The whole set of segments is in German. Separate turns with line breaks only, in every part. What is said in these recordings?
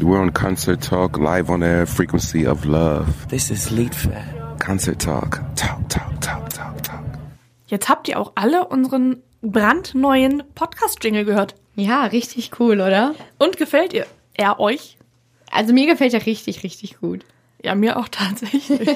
We're on Concert Talk, live on air, frequency of love.
This is Lead Fat.
Concert Talk. Talk, talk, talk, talk, talk.
Jetzt habt ihr auch alle unseren brandneuen Podcast-Jingle gehört.
Ja, richtig cool, oder?
Und gefällt ihr er euch?
Also mir gefällt er richtig, richtig gut.
Ja, mir auch tatsächlich.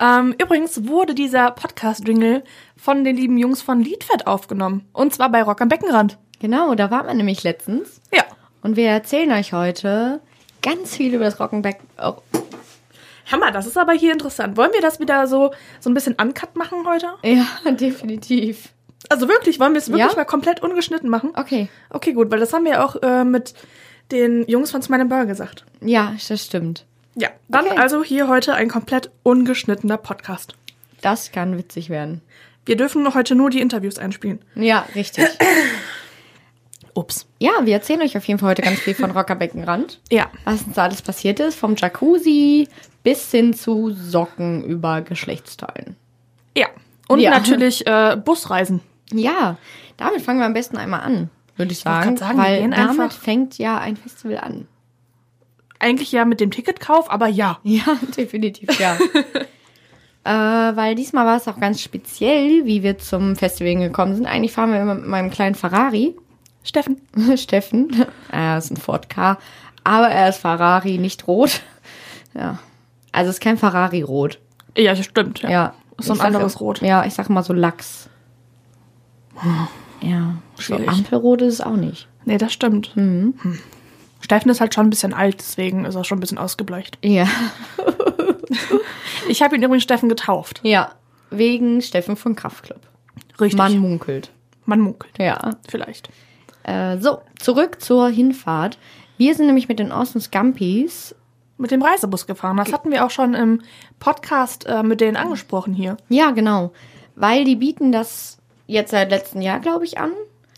ähm, übrigens wurde dieser Podcast-Jingle von den lieben Jungs von Liedfett aufgenommen. Und zwar bei Rock am Beckenrand.
Genau, da waren wir nämlich letztens.
Ja.
Und wir erzählen euch heute ganz viel über das Rockenback. Oh,
Hammer, das ist aber hier interessant. Wollen wir das wieder so, so ein bisschen uncut machen heute?
ja, definitiv.
Also wirklich, wollen wir es wirklich
Ja?
mal komplett ungeschnitten machen?
Okay.
Okay, gut, weil das haben wir auch äh, mit den Jungs von Smile and Burger gesagt.
Ja, das stimmt.
Ja, dann
Okay.
also hier heute ein komplett ungeschnittener Podcast.
Das kann witzig werden.
Wir dürfen heute nur die Interviews einspielen.
Ja, richtig.
Ups.
Ja, wir erzählen euch auf jeden Fall heute ganz viel von Rockerbeckenrand.
Ja.
Was uns da alles passiert ist, vom Jacuzzi bis hin zu Socken über Geschlechtsteilen.
Ja. Und
Ja.
natürlich äh, Busreisen.
Ja, damit fangen wir am besten einmal an, würde ich
wollte
sagen.
grad sagen, wir
weil
gehen
damit
einfach-
fängt ja ein Festival an.
Eigentlich ja mit dem Ticketkauf, aber ja.
Ja, definitiv, ja. äh, weil diesmal war es auch ganz speziell, wie wir zum Festival gekommen sind. Eigentlich fahren wir immer mit meinem kleinen Ferrari,
Steffen.
Steffen. Er ist ein Ford K, aber er ist Ferrari, nicht rot. Ja. Also es ist kein Ferrari rot.
Ja, das stimmt. Ja.
Ja.
Ist so ein
Ich sag-
anderes Rot.
Ja, ich sag mal so Lachs. Ja. So
Schwierig.
Ampelrot ist es auch nicht.
Nee, das stimmt.
Mhm.
Hm. Steffen ist halt schon ein bisschen alt, deswegen ist er schon ein bisschen ausgebleicht.
Ja.
Ich habe ihn übrigens Steffen getauft.
Ja. Wegen Steffen von Kraftclub.
Richtig.
Man
Man,
munkelt.
Man munkelt.
Ja.
Vielleicht.
Äh, so, zurück zur Hinfahrt. Wir sind nämlich mit den Austin Scumpies.
Mit dem Reisebus gefahren. Das hatten wir auch schon im Podcast äh, mit denen angesprochen hier.
Ja, genau. Weil die bieten das jetzt seit letztem Jahr, glaube ich, an.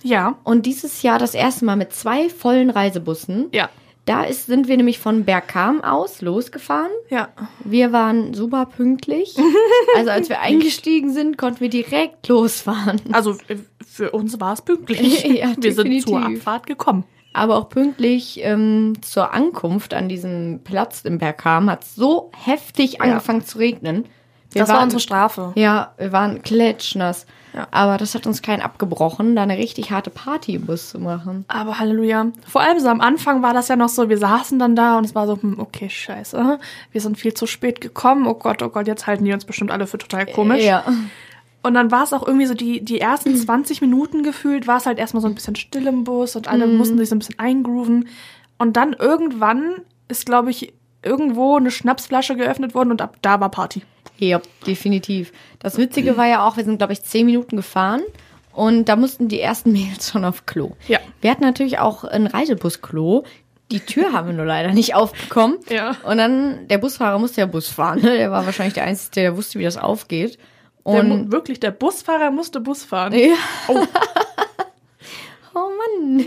Ja.
Und dieses Jahr das erste Mal mit zwei vollen Reisebussen.
Ja.
Da ist, sind wir nämlich von Bergkam aus losgefahren.
Ja.
Wir waren super pünktlich. Also als wir eingestiegen sind, konnten wir direkt losfahren.
Also äh, für uns war es pünktlich.
Ja,
wir sind zur
definitiv.
Abfahrt gekommen.
Aber auch pünktlich ähm, zur Ankunft an diesem Platz im Bergkam hat es so heftig angefangen zu regnen. Wir
das war
waren-
unsere Strafe.
Ja, wir waren klatschnass.
Ja.
Aber das hat uns keinen abgebrochen, da eine richtig harte Party im Bus zu machen.
Aber Halleluja. Vor allem so am Anfang war das ja noch so, wir saßen dann da und es war so, hm, okay, scheiße. Wir sind viel zu spät gekommen. Oh Gott, oh Gott, jetzt halten die uns bestimmt alle für total komisch.
Ja.
Und dann war es auch irgendwie so, die, die ersten 20 Minuten gefühlt, war es halt erstmal so ein bisschen still im Bus und
Mhm.
alle mussten sich so ein bisschen eingrooven. Und dann irgendwann ist, glaube ich, irgendwo eine Schnapsflasche geöffnet worden und ab da war Party.
Ja, definitiv. Das Witzige war ja auch, wir sind, glaube ich, zehn Minuten gefahren und da mussten die ersten Mädels schon auf Klo.
Ja.
Wir hatten natürlich auch ein Reisebus-Klo. Die Tür haben wir nur leider nicht aufbekommen.
Ja.
Und dann, der Busfahrer musste ja Bus fahren. Ne? Der war wahrscheinlich der Einzige, der wusste, wie das aufgeht.
Der,
Und
mu- wirklich, der Busfahrer musste Bus fahren.
Ja.
Oh.
Oh Mann.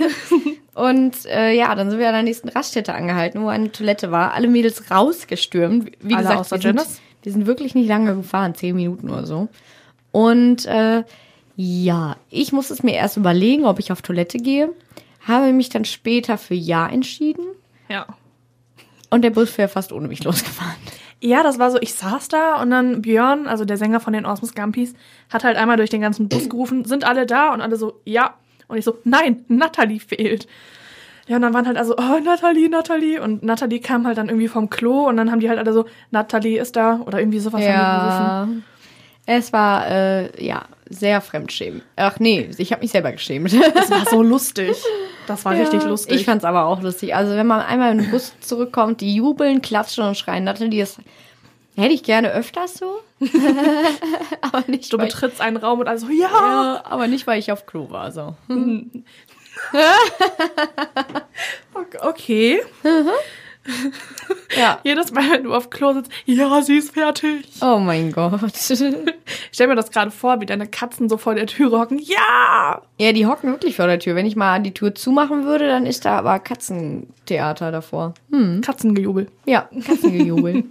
Und äh, ja, dann sind wir an der nächsten Raststätte angehalten, wo eine Toilette war. Alle Mädels rausgestürmt. Wie
Alle
gesagt,
außer
wir sind,
Janice?
wir sind wirklich nicht lange gefahren, zehn Minuten oder so. Und äh, ja, ich musste es mir erst überlegen, ob ich auf Toilette gehe. Habe mich dann später für Ja entschieden.
Ja.
Und der Bus wäre fast ohne mich losgefahren.
Ja, das war so, ich saß da und dann Björn, also der Sänger von den Osmus Gumpies, hat halt einmal durch den ganzen Bus gerufen, sind alle da? Und alle so, ja. Und ich so, nein, Natalie fehlt. Ja, und dann waren halt also, oh, Natalie, Natalie. Und Natalie kam halt dann irgendwie vom Klo und dann haben die halt alle so, Natalie ist da oder irgendwie sowas haben
Ja. Es war, äh, ja, sehr fremdschämen. Ach nee, ich habe mich selber geschämt.
die gerufen. Das war so lustig. Das war richtig lustig.
Ich fand's aber auch lustig. Also wenn man einmal in den Bus zurückkommt, die jubeln, klatschen und schreien, Natalie ist... Hätte ich gerne öfters so. aber, nicht,
du
weil,
betrittst einen Raum und alle so, ja.
ja, aber nicht, weil ich auf Klo war. So.
Okay.
Ja.
Jedes Mal, wenn du auf Klo sitzt, ja, sie ist fertig.
Oh mein Gott.
Ich stell mir das gerade vor, wie deine Katzen so vor der Tür hocken. Ja!
ja, die hocken wirklich vor der Tür. Wenn ich mal die Tür zumachen würde, dann ist da aber Katzentheater davor. Hm.
Katzengejubel.
Ja, Katzengejubel.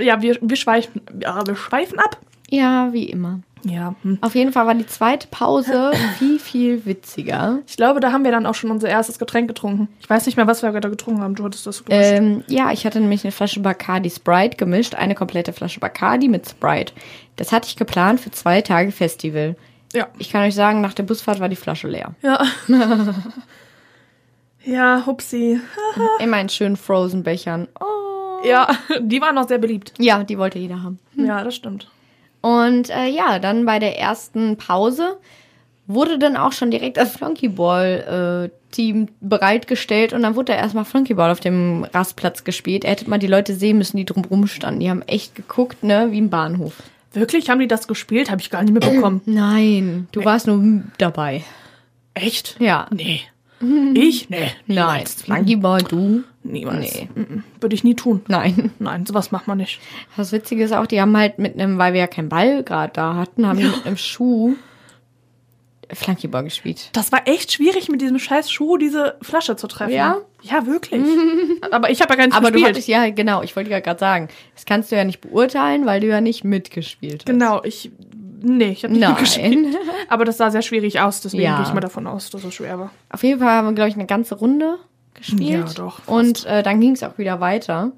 Ja, wir, wir, schweifen, ja, wir schweifen ab.
Ja, wie immer.
Ja. Hm.
Auf jeden Fall war die zweite Pause viel, viel witziger.
Ich glaube, da haben wir dann auch schon unser erstes Getränk getrunken. Ich weiß nicht mehr, was wir da getrunken haben. Du hattest das gemischt.
Ähm, ja, ich hatte nämlich eine Flasche Bacardi Sprite gemischt, eine komplette Flasche Bacardi mit Sprite. Das hatte ich geplant für zwei Tage Festival.
Ja.
Ich kann euch sagen, nach der Busfahrt war die Flasche leer.
Ja. ja, hupsi.
In meinen schönen Frozen-Bechern. Oh.
Ja, die waren noch sehr beliebt.
Ja, die wollte jeder haben.
Ja, das stimmt.
Und äh, ja, dann bei der ersten Pause wurde dann auch schon direkt das Flunkyball-Team bereitgestellt und dann wurde da erstmal Flunkyball auf dem Rastplatz gespielt. Ihr hättet mal die Leute sehen müssen, die drumrum standen. Die haben echt geguckt, ne, wie ein Bahnhof.
Wirklich? Haben die das gespielt? Habe ich gar nicht mitbekommen.
Nein, du warst nur dabei.
Echt?
Ja.
Nee. Ich? Nee.
Nein.
Niemals.
Flunkyball, du?
Niemals.
Nee.
Mhm. Würde ich nie tun.
Nein.
Nein, sowas macht man nicht.
Das Witzige ist auch, die haben halt mit einem, weil wir ja keinen Ball gerade da hatten, haben die mit einem Schuh Flunkyball gespielt.
Das war echt schwierig, mit diesem scheiß Schuh diese Flasche zu treffen.
Ja?
Ja, wirklich. Aber ich habe ja gar nicht
Aber du
gespielt.
hattest, ja, genau, ich wollte ja gerade sagen, das kannst du ja nicht beurteilen, weil du ja nicht mitgespielt hast.
genau, ich. Nee, ich habe nicht gespielt.
Nein.
Aber das sah sehr schwierig aus, deswegen
Ja.
gehe ich mal davon aus, dass es schwer war.
Auf jeden Fall haben wir, glaube ich, eine ganze Runde gespielt.
Ja, doch, fast.
Und äh, dann ging es auch wieder weiter.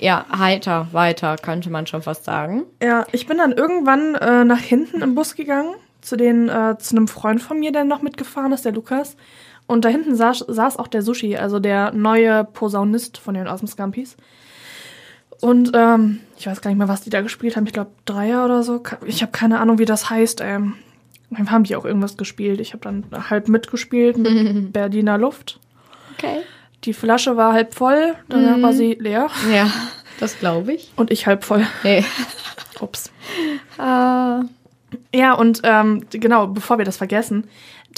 ja, heiter, weiter, könnte man schon fast sagen.
Ja, ich bin dann irgendwann äh, nach hinten im Bus gegangen, zu den, äh, zu einem Freund von mir, der noch mitgefahren ist, der Lukas. Und da hinten saß, saß auch der Sushi, also der neue Posaunist von den Awesome Scampis. Und ähm, ich weiß gar nicht mehr, was die da gespielt haben. Ich glaube, Dreier oder so. Ka- Ich habe keine Ahnung, wie das heißt. Ähm, dann haben die auch irgendwas gespielt. Ich habe dann halb mitgespielt mit Berliner Luft.
Okay.
Die Flasche war halb voll, danach war sie leer.
Ja, das glaube ich.
Und ich halb voll.
Nee.
Ups.
Äh,
Ja, und ähm, genau, bevor wir das vergessen,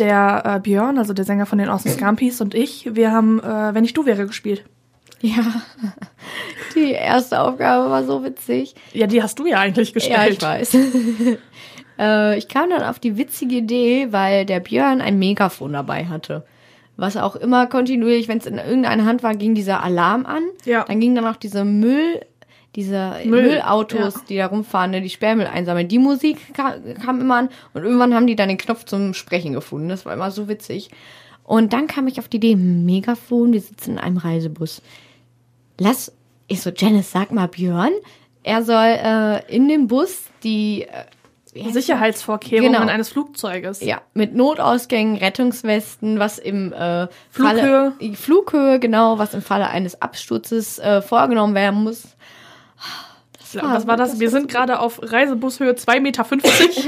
der äh, Björn, also der Sänger von den Awesome Scampis und ich, wir haben äh, Wenn ich du wäre gespielt.
ja. Die erste Aufgabe war so witzig.
Ja, die hast du ja eigentlich gespielt.
Ja, ich weiß. äh, ich kam dann auf die witzige Idee, weil der Björn ein Megafon dabei hatte. Was auch immer kontinuierlich, wenn es in irgendeiner Hand war, ging dieser Alarm an.
Ja.
Dann ging dann auch diese Müll, diese
Müll,
Müllautos,
ja.
die da rumfahren, ne, die Sperrmüll einsammeln. Die Musik kam, kam immer an und irgendwann haben die dann den Knopf zum Sprechen gefunden. Das war immer so witzig. Und dann kam ich auf die Idee, Megafon, wir sitzen in einem Reisebus lass, ich so, Janice, sag mal Björn, er soll äh, in dem Bus die, äh, wie heißt
Sicherheitsvorkehrungen
Genau.
eines Flugzeuges.
das? ja, mit Notausgängen, Rettungswesten, was im äh,
Flughöhe.
Falle, Flughöhe, genau, was im Falle eines Absturzes äh, vorgenommen werden muss.
Ich glaub, das war
Ah,
das. Wir sind gerade auf Reisebushöhe 2,50 Meter.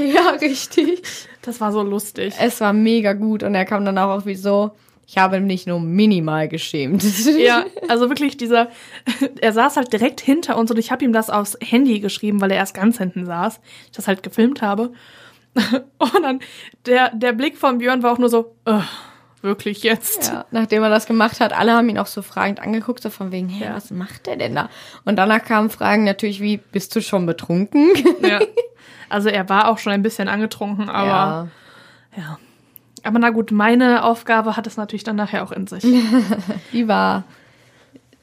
Ja, richtig.
Das war so lustig.
Es war mega gut und er kam dann auch wie so, ich habe mich nur minimal geschämt.
Ja, also wirklich dieser, er saß halt direkt hinter uns und ich habe ihm das aufs Handy geschrieben, weil er erst ganz hinten saß, ich das halt gefilmt habe. Und dann, der, der Blick von Björn war auch nur so, äh, wirklich jetzt?
Ja, nachdem er das gemacht hat, alle haben ihn auch so fragend angeguckt, so von wegen, hä, was macht der denn da? Und danach kamen Fragen natürlich wie, bist du schon betrunken?
Ja. Also er war auch schon ein bisschen angetrunken, aber ja. Aber na gut, meine Aufgabe hat es natürlich dann nachher auch in sich.
die war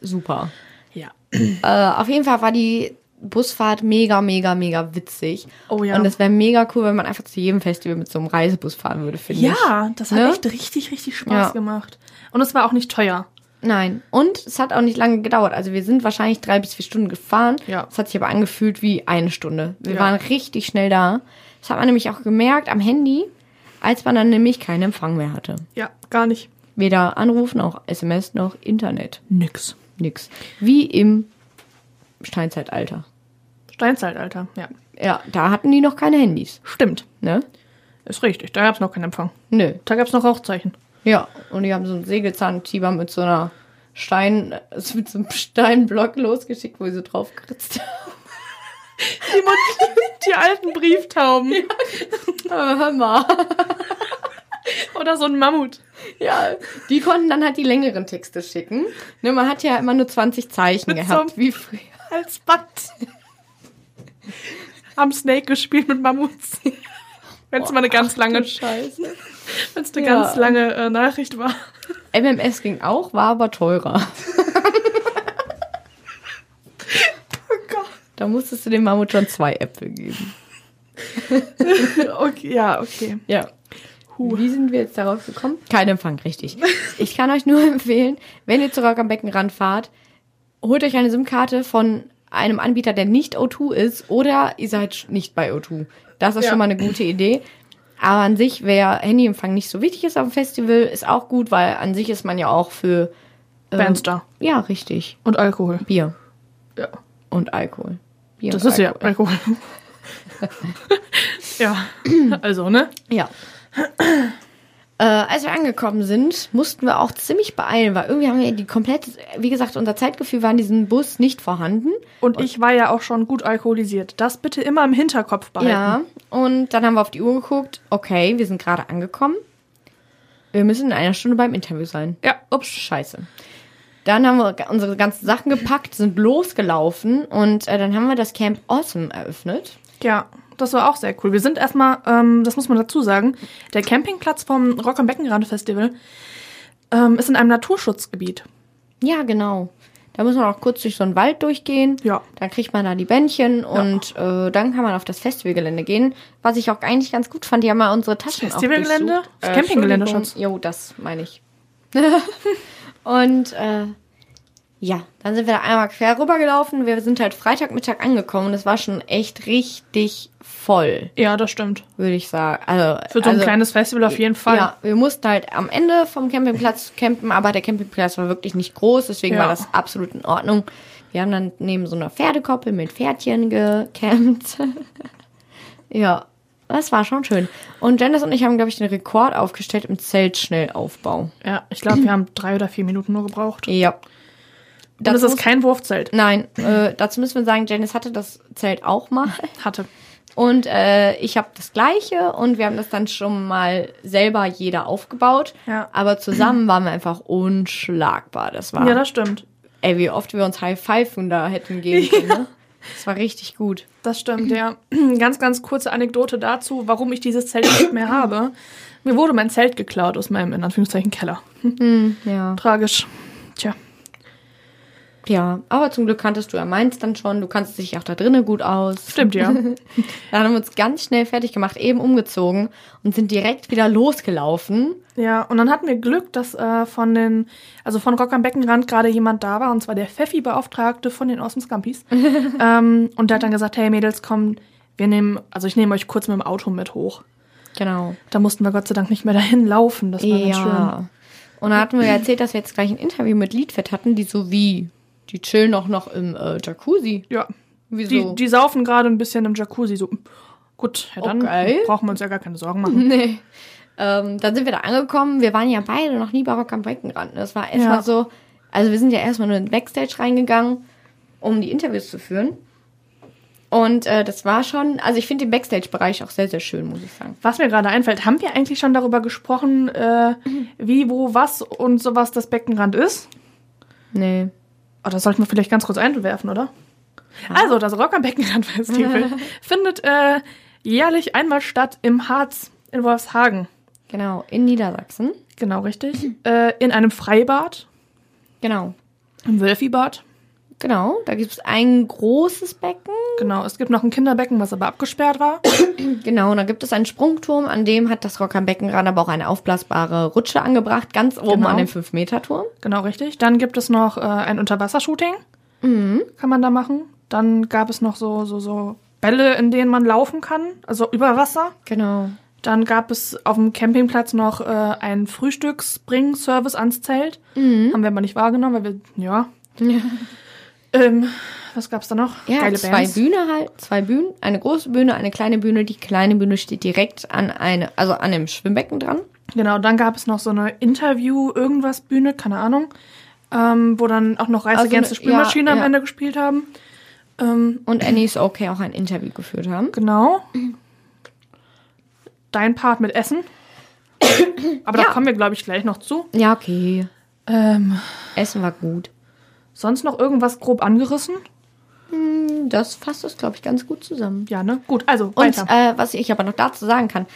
super.
Ja.
Äh, auf jeden Fall war die Busfahrt mega, mega, mega witzig.
Oh ja.
Und es wäre mega cool, wenn man einfach zu jedem Festival mit so einem Reisebus fahren würde, finde ich.
Ja, das hat
Ne?
echt richtig, richtig Spaß
Ja.
gemacht. Und es war auch nicht teuer.
Nein. Und es hat auch nicht lange gedauert. Also wir sind wahrscheinlich drei bis vier Stunden gefahren.
Ja.
Es hat sich aber angefühlt wie eine Stunde. Wir
Ja.
waren richtig schnell da. Das hat man nämlich auch gemerkt am Handy, als man dann nämlich keinen Empfang mehr hatte.
Ja, gar nicht.
Weder Anruf noch SMS noch Internet.
Nix.
Nix. Wie im Steinzeitalter.
Steinzeitalter, ja.
Ja, da hatten die noch keine Handys,
Stimmt.
ne?
Ist richtig, da gab es noch keinen Empfang.
Nö.
Da gab es noch Rauchzeichen.
Ja, und die haben so einen Sägezahntiber mit so einer Stein, äh, mit so einem Steinblock losgeschickt, wo sie so drauf gekritzt haben.
Die, die alten Brieftauben.
Aber Äh, hör mal.
Oder so ein Mammut.
Ja, die konnten dann halt die längeren Texte schicken. Ne, man hat ja immer nur 20 Zeichen
Mit so
gehabt,
einem-
wie früher.
Als Band. Haben Snake gespielt mit Mammuts. Wenn es mal eine ganz lange,
Scheiße.
wenn's eine
Ja.
ganz lange äh, Nachricht war.
MMS ging auch, war aber teurer.
Oh Gott.
Da Da musstest du dem Mammut schon zwei Äpfel geben.
Okay, ja, okay.
Ja. Wie sind wir jetzt darauf gekommen? Kein Empfang, richtig. Ich kann euch nur empfehlen, wenn ihr zurück am Beckenrand fahrt, holt euch eine SIM-Karte von einem Anbieter, der nicht O2 ist, oder ihr seid nicht bei O2. Das ist
Ja.
schon mal eine gute Idee. Aber an sich, wer Handyempfang nicht so wichtig ist am Festival, ist auch gut, weil an sich ist man ja auch für ähm,
Bands da.
Ja, richtig.
Und Alkohol.
Bier
Ja.
und Alkohol. Bier
Das
und
ist ja Alkohol. ja. Also, ne?
Ja. Äh, als wir angekommen sind, mussten wir auch ziemlich beeilen, weil irgendwie haben wir die komplett, wie gesagt, unser Zeitgefühl war in diesem Bus nicht vorhanden.
Und ich war ja auch schon gut alkoholisiert. Das bitte immer im Hinterkopf behalten.
Ja. Und dann haben wir auf die Uhr geguckt, okay, wir sind gerade angekommen. Wir müssen in einer Stunde beim Interview sein.
Ja.
Ups, scheiße. Dann haben wir ga- unsere ganzen Sachen gepackt, sind losgelaufen und äh, dann haben wir das Camp Awesome eröffnet.
Ja, das war auch sehr cool. Wir sind erstmal, ähm, das muss man dazu sagen, der Campingplatz vom Rock am Beckenrand Festival ähm, ist in einem Naturschutzgebiet.
Ja, genau. Da muss man auch kurz durch so einen Wald durchgehen.
Ja.
Dann kriegt man da die Bändchen und äh, dann kann man auf das Festivalgelände gehen. Was ich auch eigentlich ganz gut fand, die haben mal unsere Taschen
Festivalgelände?
auch durchsucht.
Das Campinggelände,
Entschuldigung. Jo, das meine ich. und äh, ja, dann sind wir da einmal quer rübergelaufen. Wir sind halt Freitagmittag angekommen und es war schon echt richtig voll,
Ja, das stimmt.
würde ich sagen. Also,
Für so ein
also,
kleines Festival auf jeden Fall.
ja, wir mussten halt am Ende vom Campingplatz campen, aber der Campingplatz war wirklich nicht groß, deswegen
Ja.
war das absolut in Ordnung. Wir haben dann neben so einer Pferdekoppel mit Pferdchen gecampt. ja, das war schon schön. Und Janice und ich haben, glaube ich, den Rekord aufgestellt im Zeltschnellaufbau.
Ja, ich glaube, wir haben drei oder vier Minuten nur gebraucht.
Ja.
Dann ist es
muss-
kein Wurfzelt.
Nein, äh, dazu müssen wir sagen, Janice hatte das Zelt auch mal.
Hatte.
Und äh, ich habe das gleiche und wir haben das dann schon mal selber jeder aufgebaut.
Ja.
Aber zusammen waren wir einfach unschlagbar. Das war,
Ja, das stimmt.
ey, wie oft wir uns High Five da hätten geben können. Ne? Das war richtig gut.
Das stimmt, ja. Ganz, ganz kurze Anekdote dazu, warum ich dieses Zelt nicht mehr habe. Mir wurde mein Zelt geklaut aus meinem, in Anführungszeichen, Keller.
Ja.
Tragisch. Tja.
ja, aber zum Glück kanntest du ja meins dann schon. Du kannst dich auch da drinnen gut aus.
Stimmt, ja.
Dann haben wir uns ganz schnell fertig gemacht, eben umgezogen und sind direkt wieder losgelaufen.
Ja, und dann hatten wir Glück, dass äh, von den, also von Rock am Beckenrand gerade jemand da war, und zwar der Pfeffi-Beauftragte von den Awesome Scampis. ähm, und der hat dann gesagt, hey Mädels, komm, wir nehmen, also ich nehme euch kurz mit dem Auto mit hoch.
Genau.
Da mussten wir Gott sei Dank nicht mehr dahin laufen, das war ganz schön.
Ja. Und da hatten wir ja erzählt, dass wir jetzt gleich ein Interview mit Liedfett hatten, die so wie, die chillen auch noch im äh, Jacuzzi.
Ja,
Wie so.
die, die saufen gerade ein bisschen im Jacuzzi, so, hm, gut, ja dann
Okay.
brauchen wir uns ja gar keine Sorgen machen.
nee. Ähm, dann sind wir da angekommen. Wir waren ja beide noch nie bei Rock am Beckenrand. ne? Das war erstmal
Ja.
so, also wir sind ja erstmal nur in den Backstage reingegangen, um die Interviews zu führen. Und äh, das war schon, also ich finde den Backstage-Bereich auch sehr, sehr schön, muss ich sagen.
Was mir gerade einfällt, haben wir eigentlich schon darüber gesprochen, äh, wie, wo, was und sowas das Beckenrand ist?
Nee.
Oh, das sollten wir vielleicht ganz kurz einwerfen, oder? Also, das Rock am Beckenrand Festival findet äh, jährlich einmal statt im Harz in Wolfshagen.
Genau, in Niedersachsen.
Genau, richtig. äh, in einem Freibad,
Genau.
im Wölfibad.
Genau, da gibt es ein großes Becken.
Genau, es gibt noch ein Kinderbecken, was aber abgesperrt war.
Genau, und da gibt es einen Sprungturm, an dem hat das Rock am Beckenrand aber auch eine aufblasbare Rutsche angebracht, ganz oben
Genau.
an dem 5-Meter-Turm.
Genau, richtig. Dann gibt es noch äh, ein Unterwassershooting.
Mhm.
Kann man da machen. Dann gab es noch so, so, so Bälle, in denen man laufen kann, also über Wasser.
Genau.
Dann gab es auf dem Campingplatz noch äh, einen Frühstücksbring-Service ans Zelt.
Mhm.
Haben wir aber nicht wahrgenommen, weil wir, ja. ähm, was gab's da noch?
Ja, zwei Bühne halt, zwei Bühnen, eine große Bühne, eine kleine Bühne. Die kleine Bühne steht direkt an eine, also an dem Schwimmbecken dran.
Genau, dann gab es noch so eine Interview-Irgendwas-Bühne, keine Ahnung, ähm, wo dann auch noch Reise
Also
Against the
eine-
Spülmaschine
ja,
am
ja.
Ende gespielt haben. Ähm,
Und Annie ist okay auch ein Interview geführt haben.
genau. Dein Part mit Essen. Aber da
Ja.
kommen wir, glaube ich, gleich noch zu.
Ja, okay.
Ähm,
Essen war gut.
sonst noch irgendwas grob angerissen?
Das fasst es, glaube ich, ganz gut zusammen.
Ja, ne? Gut, also
Und
weiter.
äh, was ich aber noch dazu sagen kann,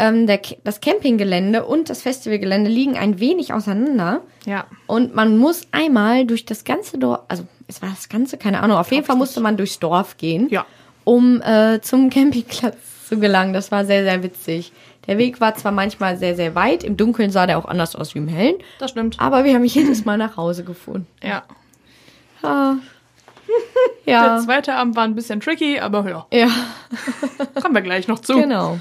ähm, der, Ca- das Campinggelände und das Festivalgelände liegen ein wenig auseinander.
Ja.
Und man muss einmal durch das ganze Dorf, also es war das Ganze, keine Ahnung, auf jeden Fall musste man durchs Dorf gehen,
Ja.
um äh, zum Campingplatz zu gelangen. Das war sehr, sehr witzig. Der Weg war zwar manchmal sehr, sehr weit, im Dunkeln sah der auch anders aus wie im Hellen,
Das stimmt.
aber wir haben jedes Mal nach Hause gefunden.
Ja.
Ah.
Der
Ja,
zweite Abend war ein bisschen tricky, aber ja,
ja,
kommen wir gleich noch zu.
genau.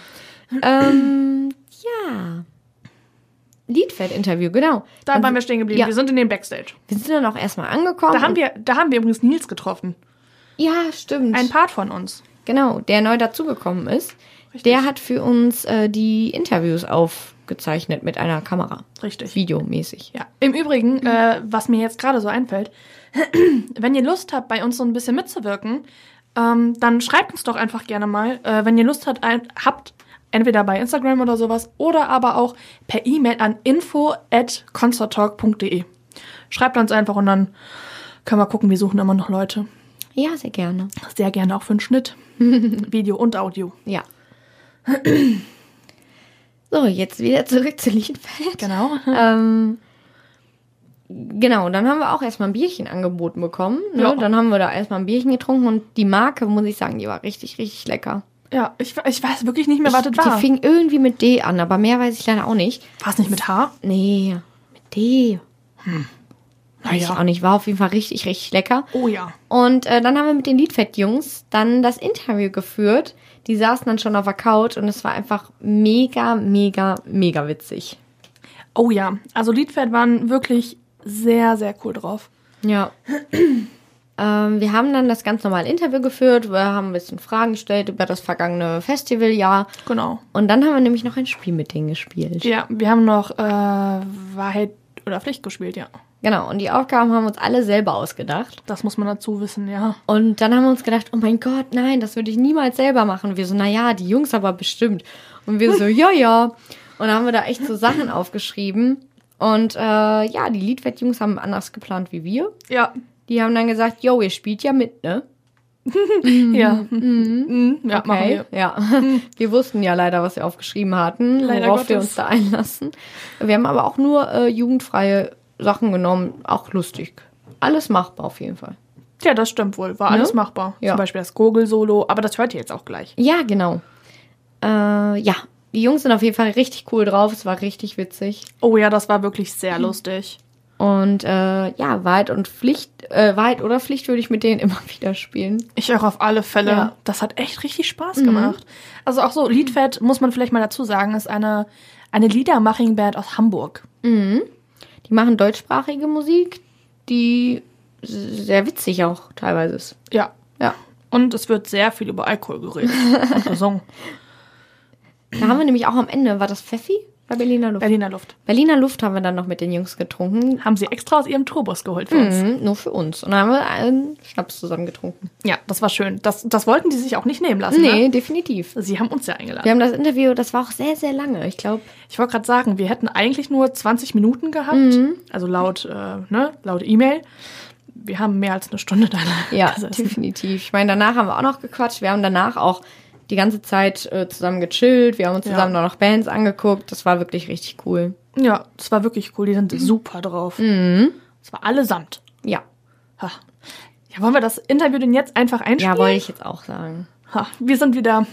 ähm, ja. Liedfeld-Interview, genau.
Da waren wir stehen geblieben.
Ja.
Wir sind in den Backstage.
Wir sind dann auch erstmal angekommen.
Da haben
und-
wir, da haben wir übrigens Nils getroffen.
ja, stimmt.
Ein Part von uns.
Genau, der neu dazugekommen ist. Der hat für uns äh, die Interviews aufgezeichnet mit einer Kamera.
Richtig.
Videomäßig.
Ja. Im Übrigen, äh, was mir jetzt gerade so einfällt, wenn ihr Lust habt, bei uns so ein bisschen mitzuwirken, ähm, dann schreibt uns doch einfach gerne mal, äh, wenn ihr Lust habt, ein, habt, entweder bei Instagram oder sowas oder aber auch per E-Mail an info@concerttalk.de. Schreibt uns einfach und dann können wir gucken, wir suchen immer noch Leute.
Ja, sehr gerne.
Sehr gerne auch für den Schnitt, Video und Audio.
Ja. so, jetzt wieder zurück zu Liedfeld.
Genau.
Ähm, genau, dann haben wir auch erstmal ein Bierchen angeboten bekommen. Ne?
Ja.
Dann haben wir da erstmal ein Bierchen getrunken und die Marke, muss ich sagen, die war richtig, richtig lecker.
Ja, ich, ich weiß wirklich nicht mehr, was das
Ich- die
war.
fing irgendwie mit D an, aber mehr weiß ich leider auch nicht.
War es nicht mit H?
Nee, mit D. Weiß ich
Hm. Naja.
auch nicht. War auf jeden Fall richtig, richtig lecker.
Oh ja.
Und äh, dann haben wir mit den Liedfett-Jungs dann das Interview geführt. Die saßen dann schon auf der Couch und es war einfach mega, mega, mega witzig.
Oh ja, also Liedfeld waren wirklich sehr, sehr cool drauf.
Ja. ähm, wir haben dann das ganz normale Interview geführt. Wir haben ein bisschen Fragen gestellt über das vergangene Festivaljahr.
Genau.
Und dann haben wir nämlich noch ein Spiel mit denen gespielt.
Ja, wir haben noch äh, Wahrheit oder Pflicht gespielt, ja.
Genau. Und die Aufgaben haben uns alle selber ausgedacht.
Das muss man dazu wissen, ja.
Und dann haben wir uns gedacht, oh mein Gott, nein, das würde ich niemals selber machen. Und wir so, naja, die Jungs aber bestimmt. Und wir so, ja, ja. Und dann haben wir da echt so Sachen aufgeschrieben. Und äh, ja, die Liedfett-Jungs haben anders geplant wie wir.
Ja.
Die haben dann gesagt, yo, ihr spielt ja mit, ne?
Ja. Mhm. Ja, machen wir.
Ja. Wir wussten ja leider, was wir aufgeschrieben hatten,
Leider
worauf wir
Gottes.
uns da einlassen. Wir haben aber auch nur äh, jugendfreie Sachen genommen, auch lustig. Alles machbar auf jeden Fall.
Ja, das stimmt wohl. War
Ne?
alles machbar.
Ja.
Zum Beispiel das Gurgel-Solo, aber das hört ihr jetzt auch gleich.
Ja, genau. Äh, ja, die Jungs sind auf jeden Fall richtig cool drauf. Es war richtig witzig.
Oh ja, das war wirklich sehr lustig.
Und äh, ja, Wahrheit und Pflicht, äh, Wahrheit oder Pflicht würde ich mit denen immer wieder spielen.
Ich auch auf alle Fälle.
Ja.
Das hat echt richtig Spaß gemacht. Also auch so, Liedfeld, muss man vielleicht mal dazu sagen, ist eine, eine Liedermaching-Band aus Hamburg.
Die machen deutschsprachige Musik, die s- sehr witzig auch teilweise ist.
Ja.
Ja.
Und es wird sehr viel über Alkohol geredet und gesungen.
Da haben wir nämlich auch am Ende, war das Pfeffi? Bei Berliner Luft.
Berliner Luft.
Berliner Luft haben wir dann noch mit den Jungs getrunken.
Haben sie extra aus ihrem Turbus geholt für uns.
Mhm, nur für uns. Und dann haben wir einen Schnaps zusammen getrunken.
Ja, das war schön. Das, das wollten die sich auch nicht nehmen lassen.
Nee, definitiv.
Ne? Sie haben uns ja
Wir
eingeladen.
haben das Interview, das war auch sehr, sehr lange. Ich glaube,
Ich wollte gerade sagen, wir hätten eigentlich nur 20 Minuten gehabt.
Mhm.
Also laut äh, ne, laut E-Mail. Wir haben mehr als eine Stunde da
Ja,
gesessen.
definitiv. Ich meine, danach haben wir auch noch gequatscht. Wir haben danach auch die ganze Zeit äh, zusammen gechillt. Wir haben uns
Ja.
zusammen auch noch Bands angeguckt. Das war wirklich richtig cool.
Ja, das war wirklich cool. Die
Mhm.
sind super drauf. Das war allesamt.
Ja,
Ha. Ja, wollen wir das Interview denn jetzt einfach
ja
einspielen?
wollte ich jetzt auch sagen.
ha, wir sind wieder.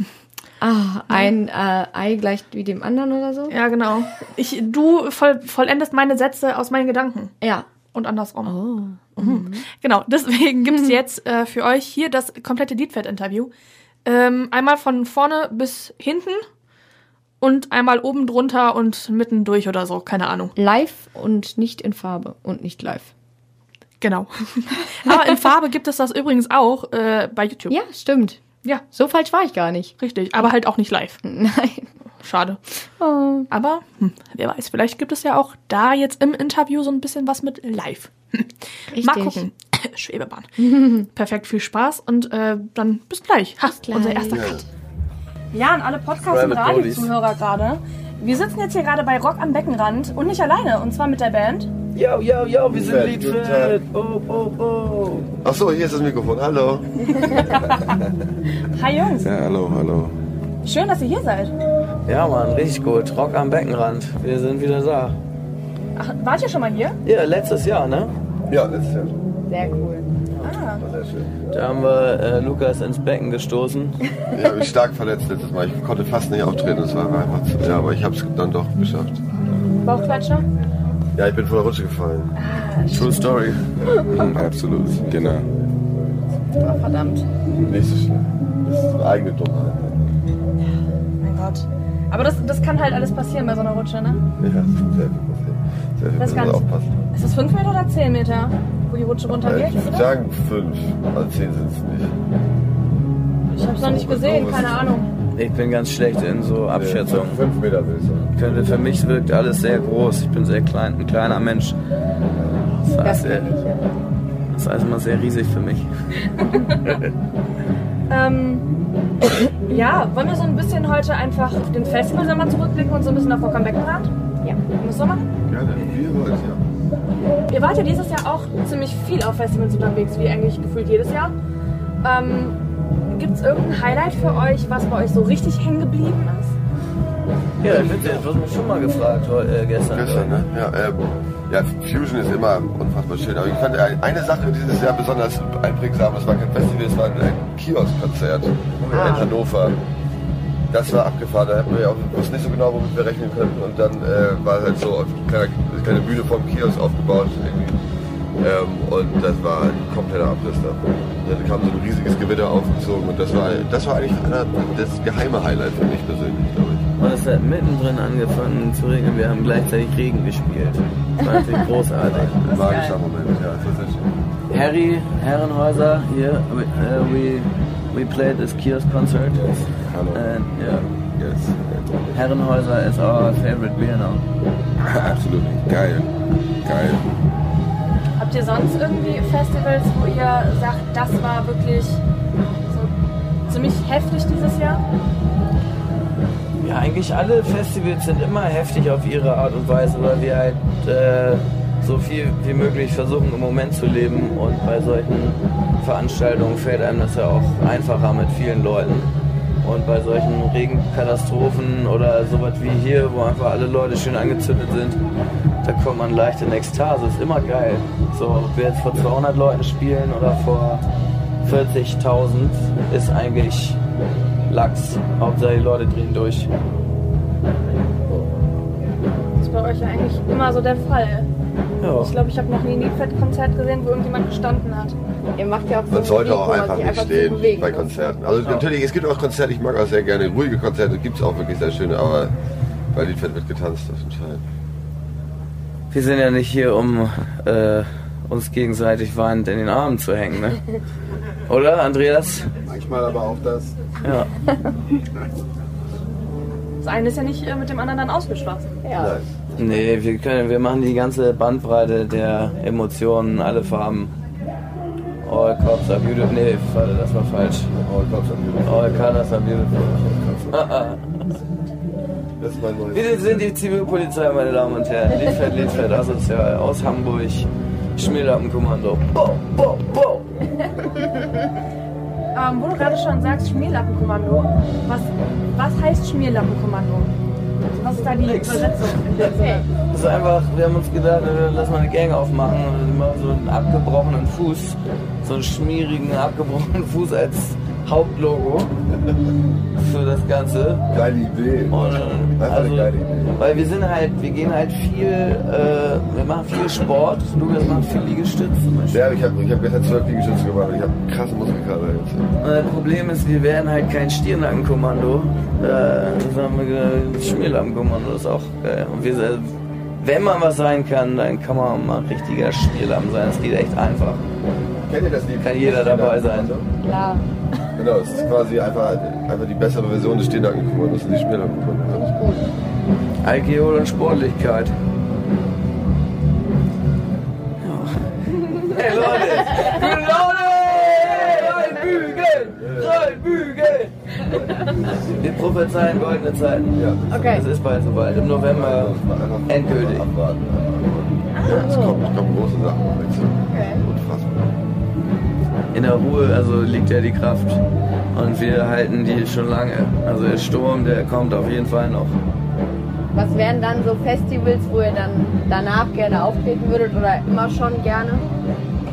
Ah, ein äh, Ei gleich wie dem anderen oder so?
Ja, genau. Ich, du voll, vollendest meine Sätze aus meinen Gedanken.
Ja.
Und andersrum.
Oh.
Genau, deswegen gibt's jetzt äh, für euch hier das komplette Liedfeld-Interview. Ähm, einmal von vorne bis hinten und einmal oben drunter und mitten durch oder so, keine Ahnung.
Live und nicht in Farbe und nicht live.
Genau. Aber in Farbe gibt es das übrigens auch äh, bei YouTube.
Ja, stimmt.
ja,
So falsch war ich gar nicht.
richtig. Aber halt auch nicht live.
Nein.
Schade.
Hm. Oh.
Aber hm, wer weiß, vielleicht gibt es ja auch da jetzt im Interview so ein bisschen was mit live.
Richtig.
Mal gucken. Schwebebahn. Perfekt, viel Spaß und äh, dann bis gleich. Ha, unser erster Cut. Ja, an alle Podcast- und
Private
Radio-Zuhörer gerade. Wir sitzen jetzt hier gerade bei Rock am Beckenrand und nicht alleine, und zwar mit der Band.
Yo, yo, yo, wir sind
Liedfeld, guten Tag.
Liedfeld. Oh, oh, oh.
Achso, hier ist das Mikrofon. Hallo.
Hi Jungs,
Ja, hallo, hallo.
schön, dass ihr hier seid.
Ja, Mann, richtig gut. Rock am Beckenrand. Wir sind wieder da.
Ach, wart ihr schon mal hier?
Ja, letztes Jahr, ne?
Ja, letztes Jahr.
Sehr cool. Ah,
War sehr schön.
Da haben wir äh, Lukas ins Becken gestoßen.
Ich habe mich stark verletzt letztes Mal. Ich konnte fast nicht auftreten. Das war einfach zu, ja, aber ich habe es dann doch geschafft.
Bauchklatscher?
Ja, ich bin von der Rutsche gefallen. True Story.
Absolut, genau.
Ah, verdammt.
Nicht so schlimm. Das ist eine eigene Dummheit.
Mein Gott. Aber das, das kann halt alles passieren bei so einer Rutsche, ne?
Ja, das ist sehr viel passiert. Sehr
Das
viel müssen wir
Ganze.
aufpassen.
Ist das 5 Meter oder 10 Meter, wo die Rutsche
Ja,
runtergeht?
ich würde sagen fünf, aber zehn sind es nicht.
Ich hab's noch nicht gesehen, keine Ahnung.
Ich bin ganz schlecht in so Abschätzungen.
Fünf Meter würde ich sagen.
Könnte- Für mich wirkt alles sehr groß. Ich bin sehr klein, ein kleiner Mensch. Das war,
Das
sehr,
kann ich. ja.
das war erstmal sehr riesig für mich.
Ähm, ja, wollen wir so ein bisschen heute einfach auf den Festival so mal zurückblicken und so ein bisschen auf Rock'n'Back fahren? Ja. Muss so machen?
Gerne, wir wollen ja.
Ihr wart ja dieses Jahr auch ziemlich viel auf Festivals unterwegs, wie eigentlich gefühlt jedes Jahr. Ähm, gibt's irgendein Highlight für euch, was bei euch so richtig hängen geblieben ist?
Ja, bitte, das hast mich schon mal gefragt äh, gestern.
Gestern, ne? Ja, ähm, ja, Fusion ist immer unfassbar schön. Aber ich fand ein- eine Sache dieses Jahr besonders einprägsam. Das war kein Festival, es war ein Kioskkonzert in Hannover. Das war abgefahren. Da hatten wir ja auch, wussten nicht so genau, womit wir rechnen können. Und dann äh, war halt so eine kleine, eine kleine Bühne vom Kiosk aufgebaut. Irgendwie. Ähm, und das war ein kompletter Abriss da. Dann kam so ein riesiges Gewitter aufgezogen. Und das war, das war eigentlich einer, das geheime Highlight für mich persönlich, glaube ich.
Und es hat mittendrin angefangen zu regnen. Wir haben gleichzeitig Regen gespielt. Das war natürlich großartig.
Ein magischer Moment, ja, das war sehr schön.
Harry Herrenhäuser hier. We, äh, we, we played this kiosk concert.
Yes. Hallo.
And, yeah,
Yes.
Herrenhäuser is our favorite beer now.
Absolutely. Geil. Geil.
Habt ihr sonst irgendwie Festivals, wo ihr sagt, das war wirklich so ziemlich heftig dieses Jahr?
Ja, eigentlich alle Festivals sind immer heftig auf ihre Art und Weise, weil wir halt äh, so viel wie möglich versuchen, im Moment zu leben. Und bei solchen Veranstaltungen fällt einem das ja auch einfacher mit vielen Leuten. Und bei solchen Regenkatastrophen oder sowas wie hier, wo einfach alle Leute schön angezündet sind, da kommt man leicht in Ekstase. Ist immer geil. So, ob wir jetzt vor 200 Leuten spielen oder vor 40.000, ist eigentlich Lachs. Hauptsache die Leute drehen durch.
Das ist bei euch ja eigentlich immer so der Fall.
Ja.
Ich glaube, ich habe noch nie ein Niedfeld-Konzert gesehen, wo irgendjemand gestanden hat.
Ihr macht ja auch so
Man
ein
sollte
Video,
auch
wo man
einfach
sich
nicht
zu
stehen
bewegen
bei
muss.
Konzerten. Also
Genau.
natürlich, es gibt auch Konzerte, ich mag auch sehr gerne ruhige Konzerte, gibt es auch wirklich sehr schöne, aber bei Liedfeld wird getanzt auf den Schein.
Wir sind ja nicht hier, um äh, uns gegenseitig weinend in den Armen zu hängen, ne? Oder, Andreas?
Manchmal aber auch das.
Ja.
Das eine ist ja nicht äh, mit dem anderen dann ausgeschlossen.
Ja.
Nein.
Nee, wir können, wir machen die ganze Bandbreite der Emotionen, alle Farben. All cops are beautiful. Nee, warte, das war falsch.
Oh, Gott,
All colors are beautiful.
das ist mein neues.
Wir sind die Zivilpolizei, meine Damen und Herren. Liedfeld, Liedfeld, asozial, aus Hamburg. Schmierlappenkommando. Bo, bo, bo.
Ähm, wo du gerade schon sagst, Schmierlappenkommando. Was, was heißt Schmierlappenkommando? Also Was ist da die
Nix.
Übersetzung? Okay.
Das ist einfach, wir haben uns gedacht, äh, lass mal eine Gang aufmachen und immer so einen abgebrochenen Fuß, so einen schmierigen, abgebrochenen Fuß als Hauptlogo für das Ganze.
Geile Idee.
Und,
Einfach
also,
eine geile Idee.
weil wir sind halt, wir gehen halt viel, äh, wir machen viel Sport. Lukas macht viel Liegestütz zum Beispiel.
Ja, ich habe ich hab gestern zwölf Liegestütze gemacht und ich habe krasse Muskelkater jetzt.
Und das Äh, Problem ist, wir werden halt kein Stirnackenkommando. Äh, das haben wir gedacht, Schmierlappenkommando ist auch geil. Und wir, äh, wenn man was sein kann, dann kann man auch mal ein richtiger Schmierlappen sein. Das geht echt einfach.
Kennt ihr das Lied?
Kann jeder dabei sein.
Klar.
Genau, es ist quasi einfach, einfach die bessere Version des Stehnackenkommandos und die Schmierlappenkommandos.
Alkohol und Sportlichkeit. Ja. Hey Leute! Gute Laune! Reinbügeln! Reinbügeln! Wir prophezeien goldene Zeiten.
Ja.
Okay.
Es ist bald soweit. Im November
Einfach
endgültig.
Abwarten. Ja, es kommen, es kommen große Sachen auf mich zu. Unfassbar.
In der Ruhe also liegt ja die Kraft. Und wir halten die schon lange. Also der Sturm, der kommt auf jeden Fall noch.
Was wären dann so Festivals, wo ihr dann danach gerne auftreten würdet oder immer schon gerne?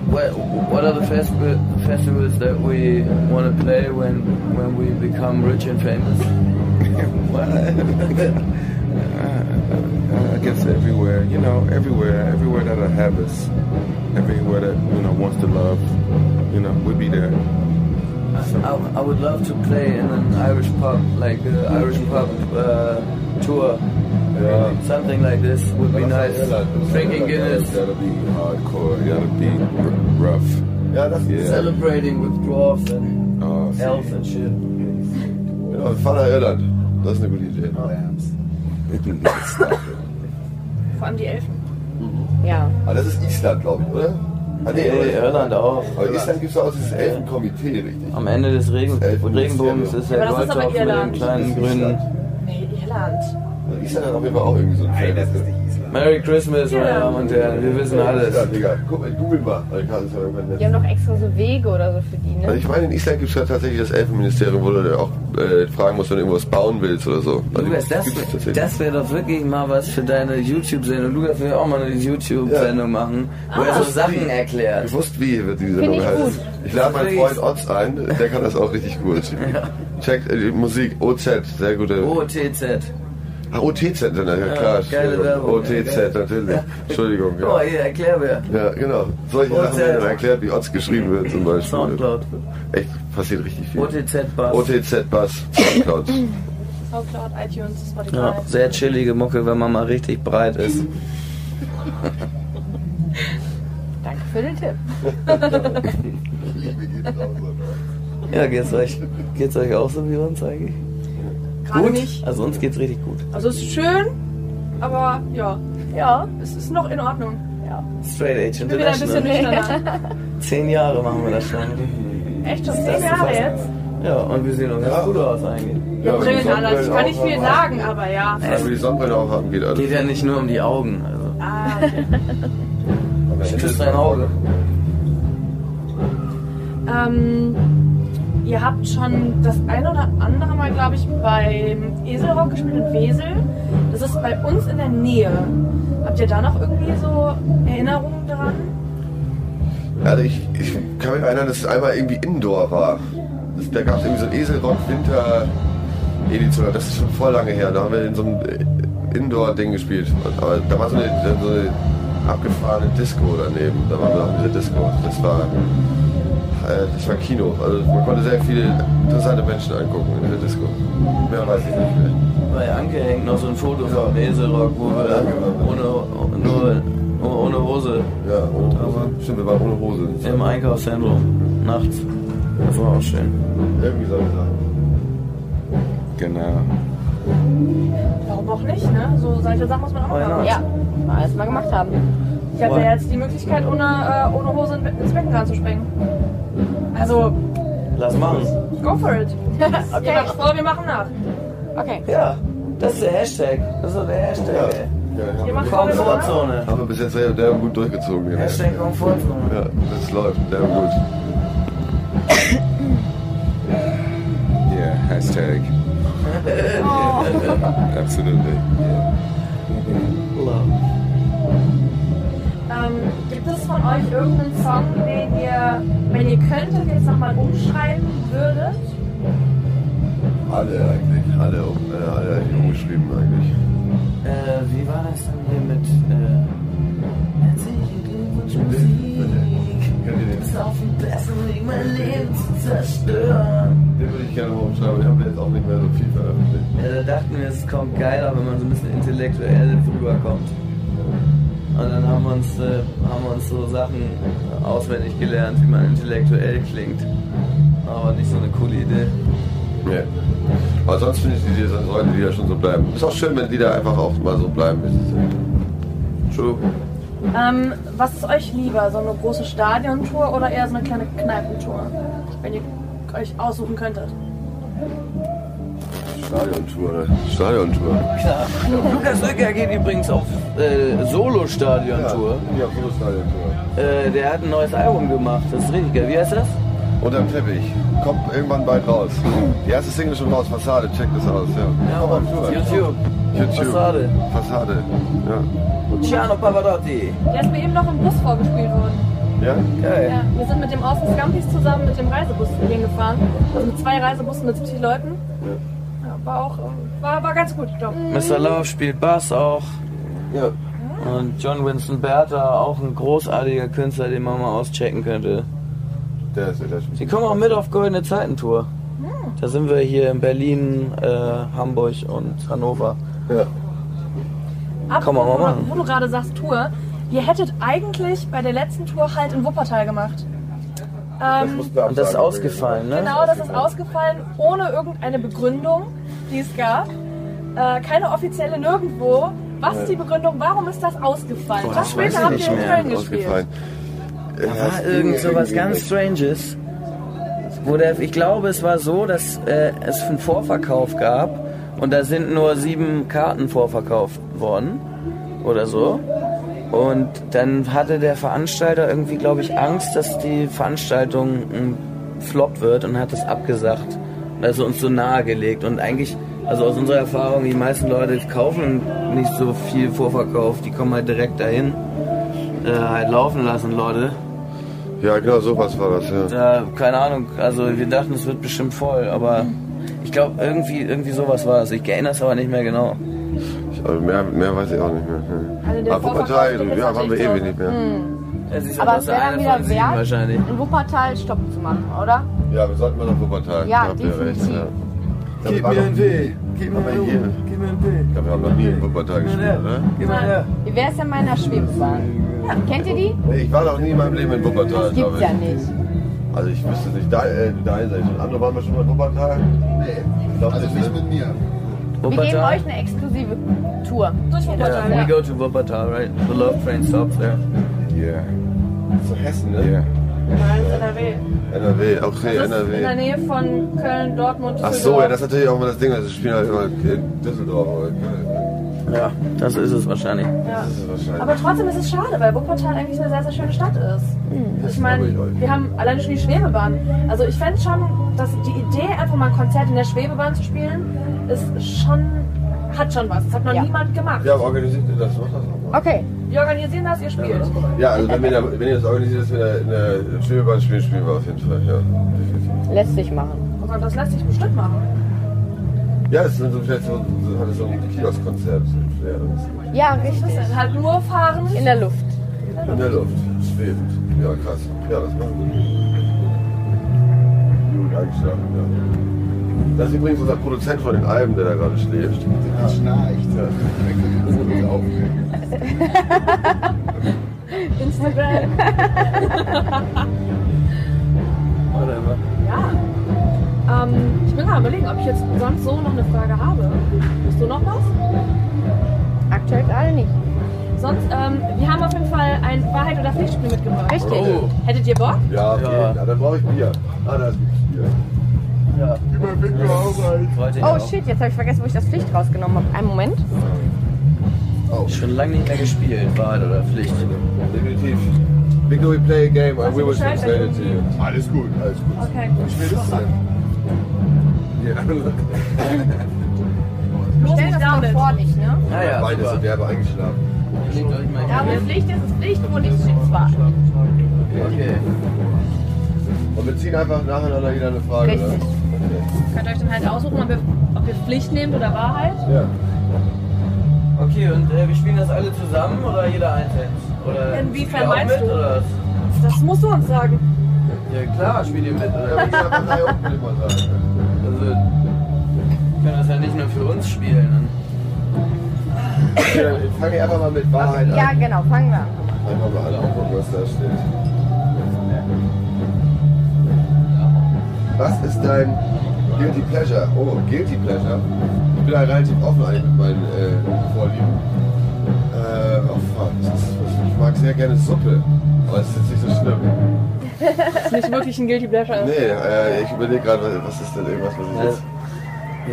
What, what are the festival, festivals that we want to play when, when we become rich and famous?
I guess everywhere, you know, everywhere, everywhere that'll have us, everywhere that you know wants to love, you know, we'll be there.
I, I would love to play in an Irish pub, like uh, Irish pub uh, tour.
Yeah.
Something like this would be nice. Drinking Guinness,
That'll be hardcore. That'll be r- rough.
Ja, das
Yeah.
ist
celebrating with dwarves and
Oh, see.
elves and shit.
genau, Vater Irland. Das ist eine gute Idee.
Vor allem die Elfen.
Ja.
Aber Ah, das ist Island, glaube ich, oder? Ah, nee,
Nee, Irland auch.
aber Island gibt es auch dieses Elfenkomitee, richtig?
Am Ende des Regen
Elfenministerium.
Regenbogens ist der
Aber das ist aber
Goldtopf mit dem
Irland.
kleinen grünen.
Nee, Irland.
Also Island hat auf jeden Fall auch irgendwie so ein Nein, das ist
Merry Christmas, meine Damen und Herren. Wir wissen alles.
Island, Digga. Guck mal, google mal. Also, ich kann es ja irgendwann
Die
nicht.
haben doch extra so Wege oder so für die,
Also
ne?
ich meine, in Island gibt es ja tatsächlich das Elfenministerium, wo du dir auch äh, fragen musst, wenn du irgendwas bauen willst oder so. Also,
Lukas, das,
gibt's tatsächlich.
das wäre doch wirklich mal was für deine YouTube-Sendung. Lukas will auch mal eine YouTube-Sendung machen, wo
Ah.
er so Sachen erklärt.
Bewusst wie wird diese Sendung
ich
heißen.
gut.
Ich lade meinen
Wirklich.
Freund Otz ein, der kann das auch richtig gut. Checkt äh, die Musik, OZ, sehr gute.
OTZ.
Ah, OTZ, na, ja, klar.
geile
Entschuldigung.
Werbung.
OTZ, natürlich. Entschuldigung,
Oh,
ja.
hier, erklär wer.
Ja, genau. Solche
OZ.
Sachen werden dann erklärt, wie Otz geschrieben wird zum Beispiel.
Soundcloud.
Echt, passiert richtig viel.
OTZ-Bass.
OTZ Bass, Soundcloud.
Soundcloud, iTunes, Spotify.
Ja, sehr chillige Mucke, wenn man mal richtig breit ist.
Danke für den Tipp.
Ja, geht's euch, geht's euch auch so wie uns eigentlich?
Gerade nicht.
Also uns geht's richtig gut.
Also es ist schön, aber ja,
Ja.
es ist noch in Ordnung.
Straight Age
Ich bin wieder ein bisschen
International.
nüchterner.
Zehn Jahre machen wir das schon.
Echt schon zehn Jahre jetzt?
Mhm. Ja, und wir sehen auch ganz gut aus eigentlich.
Ja, wenn die
Brillen
Sonnenbrillen
anders. Ich also kann nicht viel
aufhaben.
sagen, aber ja.
Also die Sonnenbrille auch haben geht alles.
Geht ja nicht nur um die Augen. Also.
Ah, okay.
Ich küsse dein Auge.
ähm, ihr habt schon das ein oder andere Mal, glaube ich, beim Eselrock gespielt in Wesel. Das ist bei uns in der Nähe. Habt ihr da noch irgendwie so Erinnerungen dran?
Also ich, ich kann mich erinnern, dass es einmal irgendwie Indoor war. Das, da gab es irgendwie so ein Eselrock-Winter-Edition. Das ist schon voll lange her. Da haben wir in so einem äh, Indoor-Ding gespielt. Und, aber da war so eine, so eine abgefahrene Disco daneben. Da waren wir auch in dieser Disco. Das war, äh, das war Kino. Also man konnte sehr viele interessante Menschen angucken in der Disco. Mehr weiß ich nicht mehr.
Bei Anke hängt noch so ein Foto vom Eselrock, wo wir
Ja,
dann
genau.
ohne, nur, nur ohne Hose
Ja, und stimmt, wir waren ohne Hose.
im Einkaufszentrum nachts. Das war auch schön.
Irgendwie solche Sachen.
Genau.
Warum auch nicht, ne? So solche Sachen muss man auch
Why
mal machen.
not?
Ja. Mal alles mal gemacht haben.
Ich hatte ja jetzt die Möglichkeit, ohne, äh, ohne Hose ins Becken ranzuspringen. Also,
Lass machen.
go for it. Okay,
Okay.
meine Frau, wir machen nach.
Okay.
Ja, das ist der Hashtag. Das ist doch der
Ja.
Hashtag, ey.
Ja,
Wir machen Frau, wir machen nach.
Komfortzone.
Haben wir bis jetzt sehr, sehr gut durchgezogen. Ja.
Hashtag Komfortzone.
Ja, das läuft sehr gut.
Yeah. Hashtag. Absolutely.
Ähm, gibt es von euch irgendeinen Song, den ihr, wenn ihr könntet, jetzt nochmal umschreiben würdet?
Alle eigentlich, alle, um- äh, alle eigentlich umgeschrieben eigentlich.
Äh, wie war das denn hier mit äh, Herzlichen Glückwunsch Musik?
Könnt ihr
Du bist auf dem besten Weg, um mein Leben zu zerstören.
Den würde ich gerne mal umschreiben, den haben wir jetzt auch nicht mehr so viel veröffentlicht.
Ja, Also da dachten wir, es kommt geiler, wenn man so ein bisschen intellektuell rüberkommt. Und dann haben wir uns, äh, haben wir uns so Sachen auswendig gelernt, wie man intellektuell klingt. Aber nicht so eine coole Idee.
Nee. Aber sonst finde ich die Lieder, sonst sollten die Lieder schon so bleiben. Ist auch schön, wenn Lieder einfach auch mal so bleiben. wie sie sind. True.
Ähm, was ist euch lieber, so eine große Stadiontour oder eher so eine kleine Kneipentour? Wenn ihr euch aussuchen könntet.
Stadiontour, ne? Stadiontour.
Lukas Rücker geht übrigens auf äh, Solo-Stadion-Tour.
Ja, so eine Stadiontour.
Äh, der hat ein neues Album gemacht. Das ist richtig geil. Wie heißt das?
Unterm Teppich. Kommt irgendwann bald raus. Die erste Single schon raus, Fassade, check das aus, ja.
Ja,
Komm
Mann,
auf Tour.
YouTube.
YouTube.
Fassade.
Fassade. Ja.
Luciano Pavarotti.
Der ist mir eben noch im Bus vorgespielt worden.
Ja?
Geil.
Ja, wir sind mit dem Austin Scampis zusammen mit dem Reisebus hingefahren. Also mit zwei Reisebussen mit 70 Leuten. Ja, war auch, ähm, war, war ganz gut, glaube ich.
Mr. Love spielt Bass auch.
Ja.
Und John Winston Bertha, auch ein großartiger Künstler, den man mal auschecken könnte.
Der ist der spielt.
Die kommen auch mit auf Goldene Zeitentour.
Mhm.
Da sind wir hier in Berlin, äh, Hamburg und Hannover.
Ja.
Ab,
Kann man mal machen.
Wo du gerade sagst Tour, ihr hättet eigentlich bei der letzten Tour halt in Wuppertal gemacht. Ähm,
Und das ist ausgefallen, ne?
Genau, das ist ausgefallen, ohne irgendeine Begründung, die es gab. Äh, keine offizielle nirgendwo. Was die Begründung, warum ist das ausgefallen?
Boah,
das
das weiß
später
ich
habt
nicht
ihr in
mehr.
Köln gespielt.
Ausgefallen.
Da war irgend sowas ganz Stranges. Wo der, ich glaube, es war so, dass äh, es einen Vorverkauf gab und da sind nur sieben Karten vorverkauft worden oder so. Und dann hatte der Veranstalter irgendwie, glaube ich, Angst, dass die Veranstaltung ein Flop wird und hat es abgesagt. Also uns so nahegelegt. Und eigentlich, also aus unserer Erfahrung, die meisten Leute kaufen nicht so viel Vorverkauf, die kommen halt direkt dahin. Äh, halt laufen lassen, Leute.
Ja, genau, sowas war das, ja.
Ja, keine Ahnung. Also wir dachten, es wird bestimmt voll, aber ich glaube irgendwie irgendwie sowas war es. Ich erinnere es aber nicht mehr genau.
Ich- Also mehr, mehr weiß ich auch nicht mehr. Ja.
Also der
Aber
Vorverkauf
Wuppertal,
steht jetzt
ja, waren wir
natürlich
ewig nicht mehr.
Hm. Aber es wäre dann wieder wert,
wahrscheinlich.
in Wuppertal Stopp zu machen, oder?
Ja, wir sollten mal nach Wuppertal.
Ja,
Da habt ihr
definitiv.
recht, ja. Gib mir einen Weg. Gib mir einen Weg.
Gib mir einen Bild.
Ich glaube, wir haben noch nie in Wuppertal gespielt, ne? oder?
Gib mir her.
Wie wäre es denn bei einer Schwebebahn? Kennt ihr die?
Nee, ich war noch nie in meinem Leben in Wuppertal,
Gibt's
glaube
ja
ich.
nicht.
Also ich wüsste nicht, da, äh, da ist er schon. Andere waren wir schon mal in Wuppertal? Nee. Glaub also nicht mit mir.
Wir geben
Wuppertal.
euch eine exklusive Tour.
Durch
Yeah,
Wuppertal,
we
ja.
go to Wuppertal, right? The love train stops there.
Yeah,
Zu Hessen, ne?
yeah.
Nein, in NRW.
NRW, okay,
Das ist in der
NRW.
Nähe von Köln, Dortmund,
Ach so, ja, das
Düsseldorf.
ist natürlich auch immer das Ding, also spielen halt immer in Düsseldorf oder Köln.
Ja, das ist es wahrscheinlich.
Ja.
Das ist wahrscheinlich.
Aber trotzdem ist es schade, weil Wuppertal eigentlich eine sehr, sehr schöne Stadt ist. Ich meine,
glaub ich euch.
wir haben alleine schon die Schwebebahn. Also ich fände schon, dass die Idee, einfach mal ein Konzert in der Schwebebahn zu spielen, ist schon, hat schon was. Das hat noch
Ja.
niemand gemacht.
ja, aber organisiert ihr das? Macht das auch mal.
Okay,
Wir organisieren das, ihr spielt.
Ja, also wenn, wir da, wenn ihr das organisiert, dass wir da in der Schwebebahn spielen, spielen wir auf jeden Fall, ja. Definitiv.
lässt sich machen.
Und Oh das lässt sich bestimmt machen.
Ja, es sind so, vielleicht so, so, hat es so ein Kiosk-Konzept. Ja, das ist-
Ja, richtig.
Dann halt nur fahren.
In der Luft.
In der Luft, schwebend. Ja, krass. Ja, das machen wir. Gut eingeschlafen, ja. Das ist übrigens unser Produzent von den Alben, der da gerade schläft. Ja. Schnarcht. Ja.
Instagram.
Whatever.
Ja. Ähm, ich bin gerade überlegen, ob ich jetzt sonst so noch eine Frage habe. Hast du noch was?
Aktuell gerade nicht.
Sonst, ähm, wir haben auf jeden Fall ein Wahrheit- oder Pflichtspiel mitgebracht.
Richtig.
Oh,
Hättet ihr Bock?
Ja, auf
Ja.
jeden Fall. Dann brauche ich Bier. Ah, da ist ein Bier.
ja.
Überwinden wir auch rein.
Wollte ich
Oh
auch.
shit, jetzt habe ich vergessen, wo ich das Pflicht rausgenommen habe. Einen Moment.
Oh.
Schon lange nicht mehr gespielt, Wahrheit oder Pflicht.
Definitiv. Big we play a game and we will
Bescheid,
translate it to
wenn
you. Alles gut, alles gut.
Okay,
Wie spät ist es denn? Ja,
Wir
Stell
stellen
das
das
mal
damit.
vor dich, ne?
Naja,
beide
super.
sind derbe eingeschlafen.
Legt euch mal
Ja, aber
hin.
Pflicht ist es Pflicht, wo nichts steht zwar.
Okay.
Und wir ziehen einfach nacheinander jeder eine Frage.
Richtig.
ne? Okay.
Könnt ihr euch dann halt aussuchen, ob ihr, ob ihr Pflicht nehmt oder Wahrheit?
Ja.
Okay, und äh, wir spielen das alle zusammen oder jeder einzeln? Oder
Inwiefern
spielt ihr auch
meinst
mit,
du?
Oder?
Das musst du uns sagen.
Ja klar, spielt ihr mit. Oder?
Ja, ich hab das ja auch mit immer sagen.
Also, wir können das ja nicht nur für uns spielen. ne?
Ja, ich fange einfach mal mit Wahrheit an.
Ja, genau, fangen wir an.
Einfach mal alle angucken, was da steht. Was ist dein Guilty Pleasure? Oh, Guilty Pleasure? Ich bin da relativ offen eigentlich mit meinen äh, Vorlieben. Äh, oh fuck, das ist, ich mag sehr gerne Suppe. Aber es ist jetzt nicht so schlimm.
Das ist nicht wirklich ein Guilty Pleasure.
Nee, äh, ich überlege gerade, was ist denn irgendwas, was ich jetzt...
Also,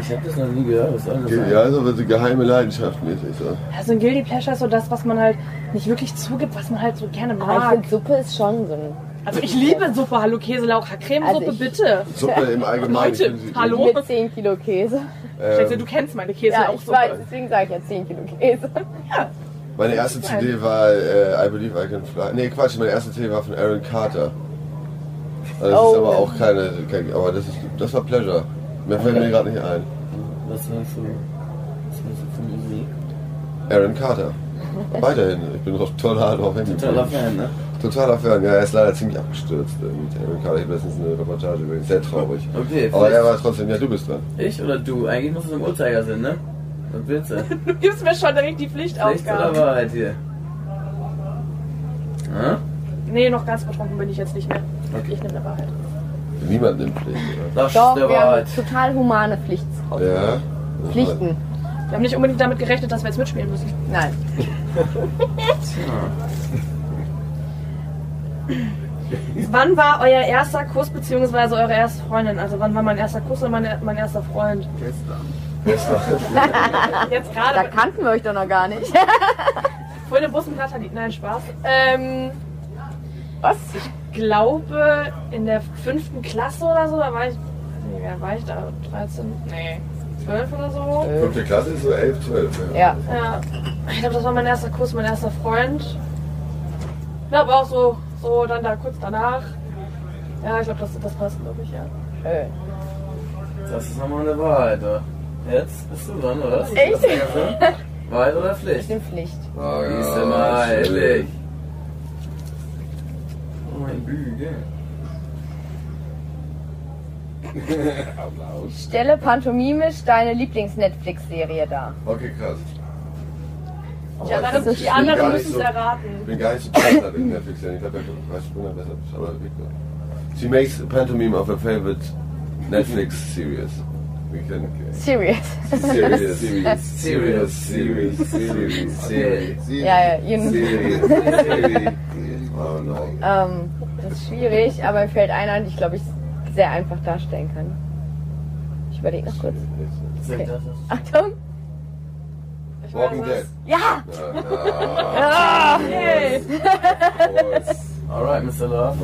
Ich habe das noch nie gehört. Was soll das
Ge-
sein?
Ja, also so geheime Leidenschaft mäßig so.
Also ein
Ah,
Guilty Pleasure ist so das, was man halt nicht wirklich zugibt, was man halt so gerne
Aber ich
mag.
finde, Suppe ist schon so ein
Also ich liebe Suppe, Hallo Käse, Lauch, Cremesuppe,
Also ich-
bitte.
Suppe im Allgemeinen.
Leute,
können Sie-
hallo?
Mit 10 Kilo Käse.
Schätze,
Ähm,
du kennst meine Käse
Ja,
auch
ich
Suppe.
weiß, deswegen sage ich ja 10 Kilo Käse.
Meine erste CD war äh, I Believe I Can Fly. Nee, Quatsch, meine erste CD war von Aaron Carter. Also Das
Oh.
ist aber auch keine, kein, aber das, ist, das war Pleasure. Mir fällt mir gerade nicht ein.
Was meinst du? Was meinst du von Musik?
Aaron Carter. Weiterhin, ich bin doch total drauf hängen
Totaler
geblieben.
Fan, ne?
Totaler Fan, ja, er ist leider ziemlich abgestürzt äh, mit Aaron Carter. Ich habe letztens eine Reportage über ihn, sehr traurig.
Okay,
Aber er
vielleicht
war trotzdem, ja, du bist dran.
ich oder du? Eigentlich muss es im Uhrzeigersinn, ne? Was willst du?
Du gibst mir schon direkt die
Rechts oder
Pflichtaufgabe.
Wahrheit hier? Hä?
Nee, noch ganz betrunken bin ich jetzt nicht mehr. Ich nehme eine Wahrheit.
Niemand nimmt Pflicht,
Das
Doch,
ist
wir
der
haben
Wahrheit.
total humane Pflicht.
oder? Ja.
Pflichten.
Wir haben nicht unbedingt damit gerechnet, dass wir jetzt mitspielen müssen.
Nein.
Wann war euer erster Kuss beziehungsweise eure erste Freundin? Also wann war mein erster Kuss und meine, mein erster Freund? Gestern. jetzt
Da
gerade.
kannten wir euch doch noch gar nicht.
Vorhin im Bus mit Nathalie. Nein, Spaß. Ähm, was? Ich glaube, in der fünften Klasse oder so, da war ich. Nee, wer war ich da? 13? Nee, 12 oder so.
Fünfte Klasse ist so 11, 12.
Ja.
Ja. Ich glaube, das war mein erster Kuss, mein erster Freund. Ja, aber auch so, so dann da kurz danach. Ja, ich glaube, das, das passt, glaube ich, ja.
Das ist nochmal eine Wahrheit, oder? Jetzt bist du dran, oder? was?
Echt?
Wahrheit oder Pflicht?
Stimmt Pflicht.
Ah,
Siehst
ja,
du mal,
schön.
endlich. Oh mein Bügel.
Stelle pantomimisch deine Lieblings-Netflix-Serie dar.
Okay, krass.
Die anderen,
das ist
die anderen
gar nicht
müssen es
so.
erraten.
Ich bin gar nicht so begeistert in Netflix, denn ich glaube, ich weiß, ich bin da besser. Aber egal. She makes a pantomime of her favorite Netflix series. We can
Serious.
Series, series,
Serious.
series, series, series, series,
Ja, ja, jeden-
series, series. Oh no.
Uh,
Ähm, das ist schwierig, aber mir fällt einer, den ich glaube, ich sehr einfach darstellen kann. Ich überlege noch kurz.
Sag das.
Achtung!
Ich
Walking
weiß
Dead.
es.
Ja!
Ah,
Yay!
of course.
Alright, Mr. Love.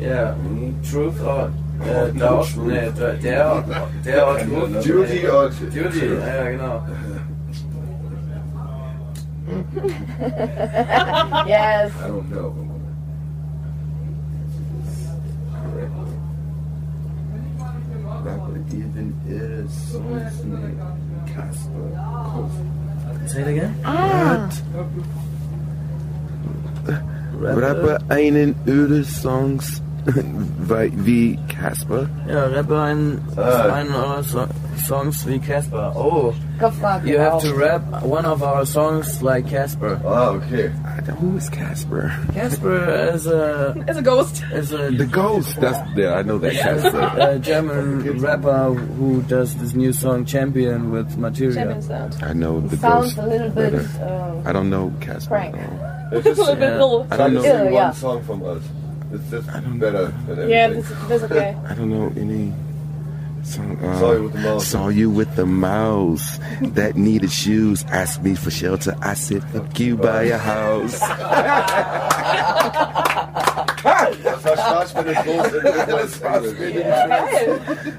Yeah, truth or äh, doubt? Nee, der, der, der or truth?
Duty or
Duty, ja, ja, genau.
Yes!
I don't know. Even is Casper.
Say it again.
Rappe einen öde Songs weil- wie Casper.
Ja, rappe einen,
Ah.
einen eurer so Songs wie Casper. Oh,
Kopfmark.
you have to rap one of our songs like Casper.
Ah, okay.
Alter, Who is Casper?
Casper is a
It's a ghost.
is a
The Ghost. That's yeah, I know that Casper.
a German rapper who does this new song Champion with material.
Sound.
I know the
Sounds
Ghost.
a little bit.
better.
ähm,
I don't know Casper.
Frank.
at all.
It's just
A bit little.
I don't
Try to
know.
sing one
yeah.
song from us. It's just better than everything.
Yeah, this is, this is okay.
I don't know any. Song, uh,
Saw you with the mouse.
Saw you with the mouse that needed shoes. Asked me for shelter. I said, "Fuck you, buy a house."
das war Spaß, wenn es groß ist.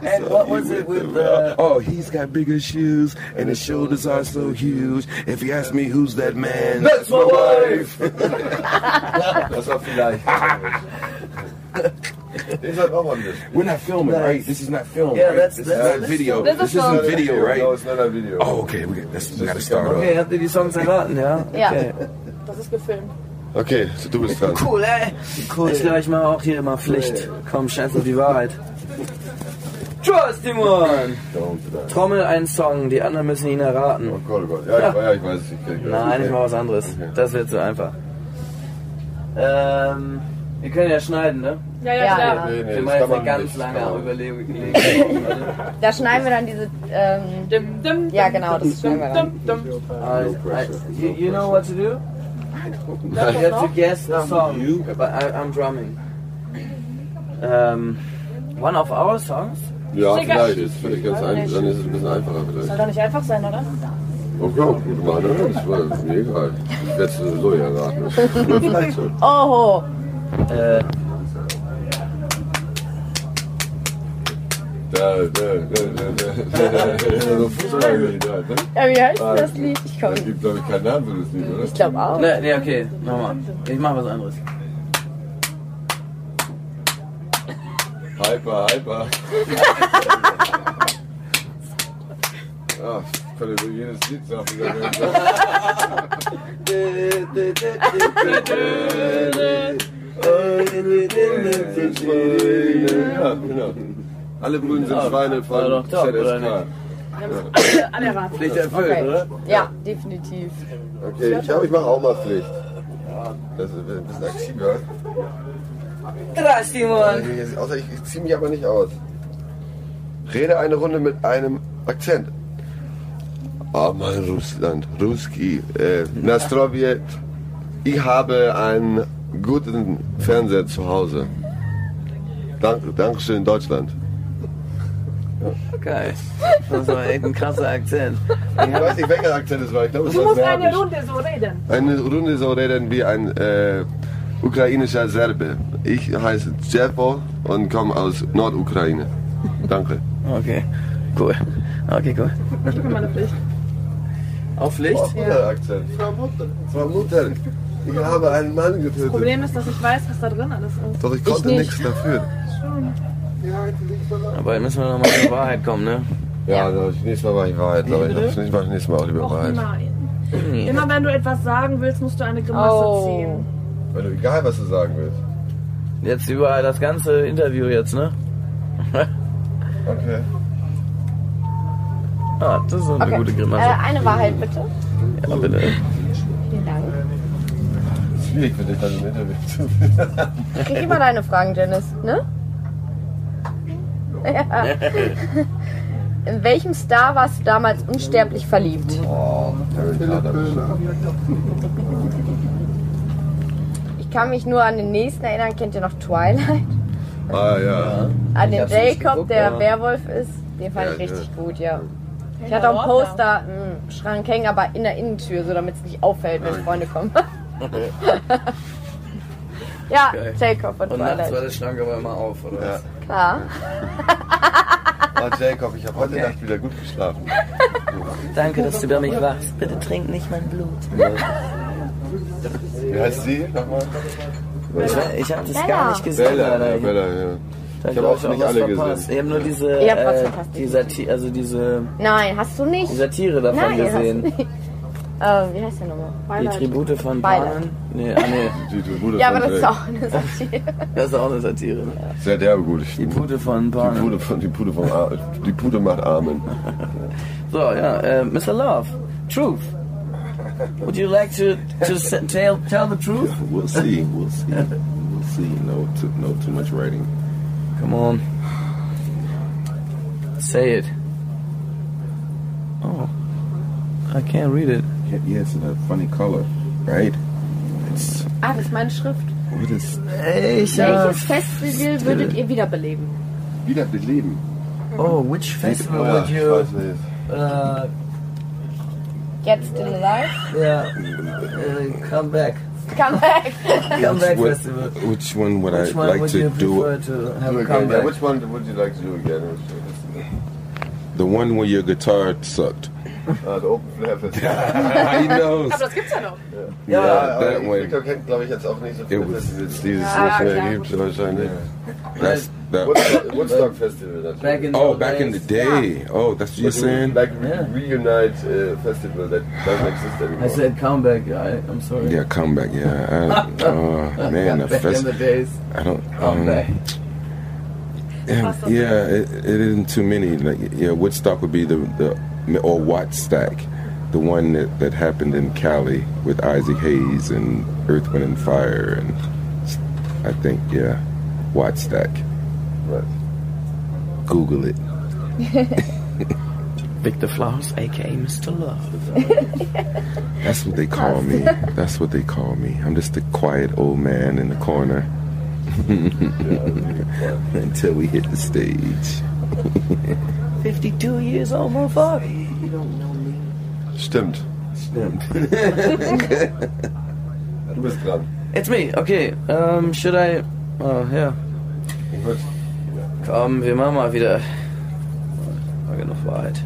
And what was it with uh, the
oh, he's got bigger shoes and his shoulders are so huge. If you ask me who's that man,
That's my wife! das war vielleicht. Den sollte auch mal mit.
we're not filming, right? This is not filmed.
Yeah,
right?
that's-
this
that's-
is not video.
that's a
This isn't video,
No,
right?
it's not a video.
Oh, okay. We got, that's, we got to start off.
Okay, habt ihr die Songs erraten, ja?
Ja.
Okay.
Das ist gefilmt.
Okay, so du bist dran.
Cool, ey. Cool. Ich glaube, ich mache auch hier mal Pflicht. Komm, scheiß auf die Wahrheit. Trust him one!
Oh
Trommel einen Song, die anderen müssen ihn erraten.
Gott, oh Gott. Ja, ich, ja, ich weiß es. Ich kenn-
Nein, ich mache was anderes. Das wird zu einfach. Ähm, wir können ja schneiden, ne?
Ja, ja,
Ja,
klar.
Nee, nee,
wir
das
machen
kann
jetzt
man
eine ganz
nicht.
lange
Kann man-
Überlegung.
Da schneiden wir dann diese. Ähm,
Dim, dim,
Ja, genau, das schneiden wir
dim, dim, dim.
I, I, you, you know what to do? You have to guess the song, but I, I'm drumming. Um, one of our songs?
Ja, vielleicht. Ist vielleicht ganz ein, dann ist es ein bisschen einfacher vielleicht. Oh,
Soll doch nicht einfach sein, oder?
Okay, gut, Mann. ne? Das war mir egal. Ich werde es sowieso ja raten. Oder vielleicht schon.
oh,
Äh,
Das
Ja, wie heißt das Lied? Ich komm.
Ah, gibt, glaube ich, keinen Namen für das Lied, oder?
Ich glaube auch.
Ne, nee, okay, nochmal. Ich mach was anderes.
Hyper, hyper. Ja, Ah, ich könnte so jedes Lied sagen. Ja, genau. Alle Brünen sind Schweine
war
von
doch top, oder
ZSK.
nicht?
An der Warte.
Pflicht erfüllt,
Okay.
oder?
Ja, definitiv.
Okay, ich glaube, ich mache auch mal Pflicht. Das ist ein bisschen aktiver.
Krass, Simon.
Jetzt- Außer ich, ich ziehe mich aber nicht aus. Rede eine Runde mit einem Akzent. Oh mein Russland, Ruski, äh, Nastrobje. Ich habe einen guten Fernseher zu Hause. Dank, Dankeschön, Deutschland.
Geil. Das war echt ein krasser Akzent.
Ich weiß nicht, welcher Akzent es war. Ich glaube, es
Du
war
musst eine
Serbisch.
Runde so reden.
Eine Runde so reden wie ein äh, ukrainischer Serbe. Ich heiße Djepo und komme aus Nordukraine. Danke.
Okay, cool. Okay, cool.
Ich bin meine Pflicht.
Auf Licht?
Akzent. Frau Mutter. Frau Mutter, ich habe einen Mann
Das
getötet.
Problem ist, dass ich weiß, was da drin alles ist.
Doch ich konnte
nicht.
nichts dafür.
Aber bald müssen wir nochmal zur Wahrheit kommen, ne?
Ja, also, nächstes Mal mache ich Wahrheit. Aber ich hoffe, ich mache nächstes Mal auch lieber
Och
Wahrheit.
nein. Immer wenn du etwas sagen willst, musst du eine Grimasse
Oh.
ziehen.
Weil du egal, was du sagen willst.
Jetzt überall das ganze Interview jetzt, ne?
Okay.
Ah, das ist eine
Okay.
gute
Äh,
Grimasse.
eine Wahrheit bitte.
Ja, bitte.
Vielen Dank.
Schwierig für dich, also dann im Interview zu
Krieg immer deine Fragen, Janice, ne? Ja. In welchem Star warst du damals unsterblich verliebt?
Oh, Harry Potter.
Ich kann mich nur an den nächsten erinnern. Kennt ihr noch Twilight?
Ah, ja.
An den
hab's nicht
Jacob,
geguckt,
der
aber-
Werwolf ist. Den fand
Ja,
ich richtig
ja.
gut, ja. Ich hatte auch ein Poster im Schrank hängen, aber in der Innentür, so damit es nicht auffällt, wenn Freunde kommen. ja,
Geil.
Jacob und
Und nachts war
Twilight.
der Schrank aber immer auf, oder was?
Klar.
Oh, Jacob, ich habe heute
Okay.
Nacht wieder gut geschlafen.
Danke, dass du da nicht wachst. Bitte trink nicht mein Blut.
Wie heißt sie? Nochmal?
Ich, weiß- ich habe das
Bella.
gar nicht gesehen.
Bella.
leider.
Ja,
Ich-
Bella, ja.
da glaub
Ich habe auch nicht
was
alle
verpasst.
gesehen.
Ich habe nur diese,
Ihr habt was
äh,
verpasst.
die Satire, also diese
Nein, hast du nicht.
die Satire davon
Nein, hast du
gesehen.
nicht. Äh, wie heißt der nochmal?
Die
Twilight.
Tribute von
Beide.
Panen. Nee, ah, nee,
Die tut gut.
Ja, aber das
und,
ist
äh,
auch eine Satire.
das ist auch eine Satire. ne?
Sehr derbe gut.
Die Pute von
Die
Panen.
Pute, von, die, Pute vom Ar die Pute macht Amen.
So, ja, äh, Mr. Love, Truth. Would you like to, to se- tell, tell the truth?
We'll see. We'll see. We'll see. No, too, no too much writing.
Come on. Say it. Oh, I can't read it.
Yeah, yeah, it's in a funny color, right? It's
Ah, das ist meine Schrift.
what is
Ich, äh,
Welches Festival würdet ihr wiederbeleben?
Wieder beleben.
oh, which festival would
ich
you,
weiß nicht.
uh,
Get Still Alive?
yeah, uh, come back.
Come back.
Come back
what,
festival.
which one would
Which
I
one
like
would
to
you
do?
prefer to have
Do
a
again. Yeah,
comeback?
which one would you like to do again?
The one where your guitar sucked.
Ah, the Open Flair Festival.
he knows.
Aber das gibt's ja noch.
Ja, aber
that way.
Victor kennt, glaube ich, jetzt auch nicht so
It
viele
was
Festivals, die
dieses
es
ah,
nicht
yeah.
mehr gibt, wahrscheinlich.
That's that.
Woodstock, Woodstock Festival natürlich.
Back in
Oh,
the
back in the
days.
day. Oh, that's what you're
Like,
saying.
Like
Yeah.
Reunite uh, Festival that doesn't exist anymore.
I said comeback. I, I'm sorry.
Yeah, comeback. Yeah. I, oh man, the
back in
fest.
the days.
I don't. Um,
Comeback.
yeah, yeah, it, it isn't too many. Like yeah, Woodstock would be the the or Wattstack, the one that that happened in Cali with Isaac Hayes and Earth, Wind and Fire, and I think yeah, Wattstack.
Right.
Google it.
Victor Flowers, aka Mr. Love.
That's what they call me. That's what they call me. I'm just the quiet old man in the corner. Until we hit the stage.
52 years old, motherfucker.
Stimmt. Stimmt. du bist dran.
It's me. Okay. Um, should I? Oh, yeah.
Ich würd-
Komm, wir machen mal wieder War genug Wahrheit.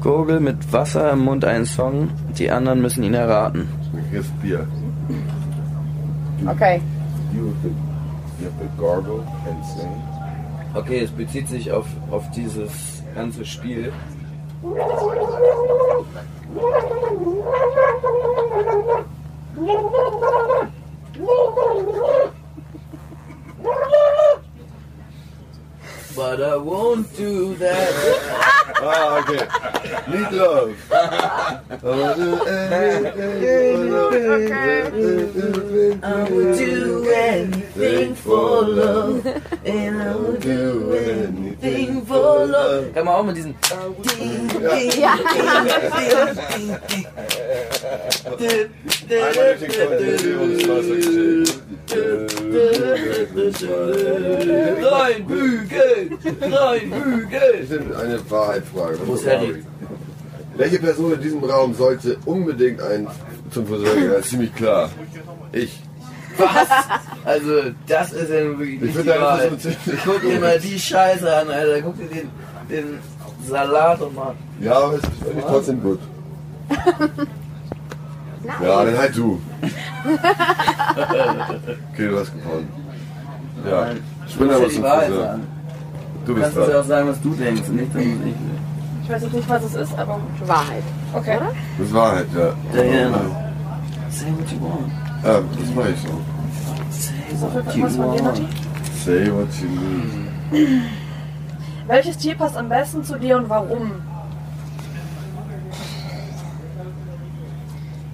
Gurgel mit Wasser im Mund einen Song, die anderen müssen ihn erraten.
We Here's beer.
Okay.
You have to, you have to gargle and sing.
Okay, es bezieht sich auf, auf dieses ganze Spiel. But I won't do that.
Ah, okay. Need love. Oh, I will do anything for love. And I will do anything for love.
Hör mal auf mit diesen.
Einmal durch den Konzentration geschickt.
Rein Bügel! Rein Bügel!
Stimmt, eine Wahrheitsfrage.
Wo ist Harry?
Welche Person in diesem Raum sollte unbedingt einen zum Friseur gehen? Das ist ziemlich klar. Ich.
Was? Also, das ist ja nun wirklich
Ich
nicht die
finde deine
Wahrheit.
Frisur ziemlich
Guck dir mal die Scheiße an, Alter. Guck dir den, den Salat mal.
Ja, aber es finde ich trotzdem gut. Ja, dann halt du. Okay, du hast gewonnen. Ja, ich
Guck
bin
dir
aber
die
zum
Wahrheit
Friseur.
an.
Du
Du
bist
kannst uns ja
dran.
auch sagen, was du denkst, nicht dass ich.
Ich weiß jetzt nicht, was es ist, aber gut.
Wahrheit.
Okay.
Das war halt, ja.
Diana. Say what you want.
Ja, das mach ich so.
Say
Was
what
machst
you
du von dir,
want.
Nati?
Say what you need.
Welches Tier passt am besten zu dir und warum?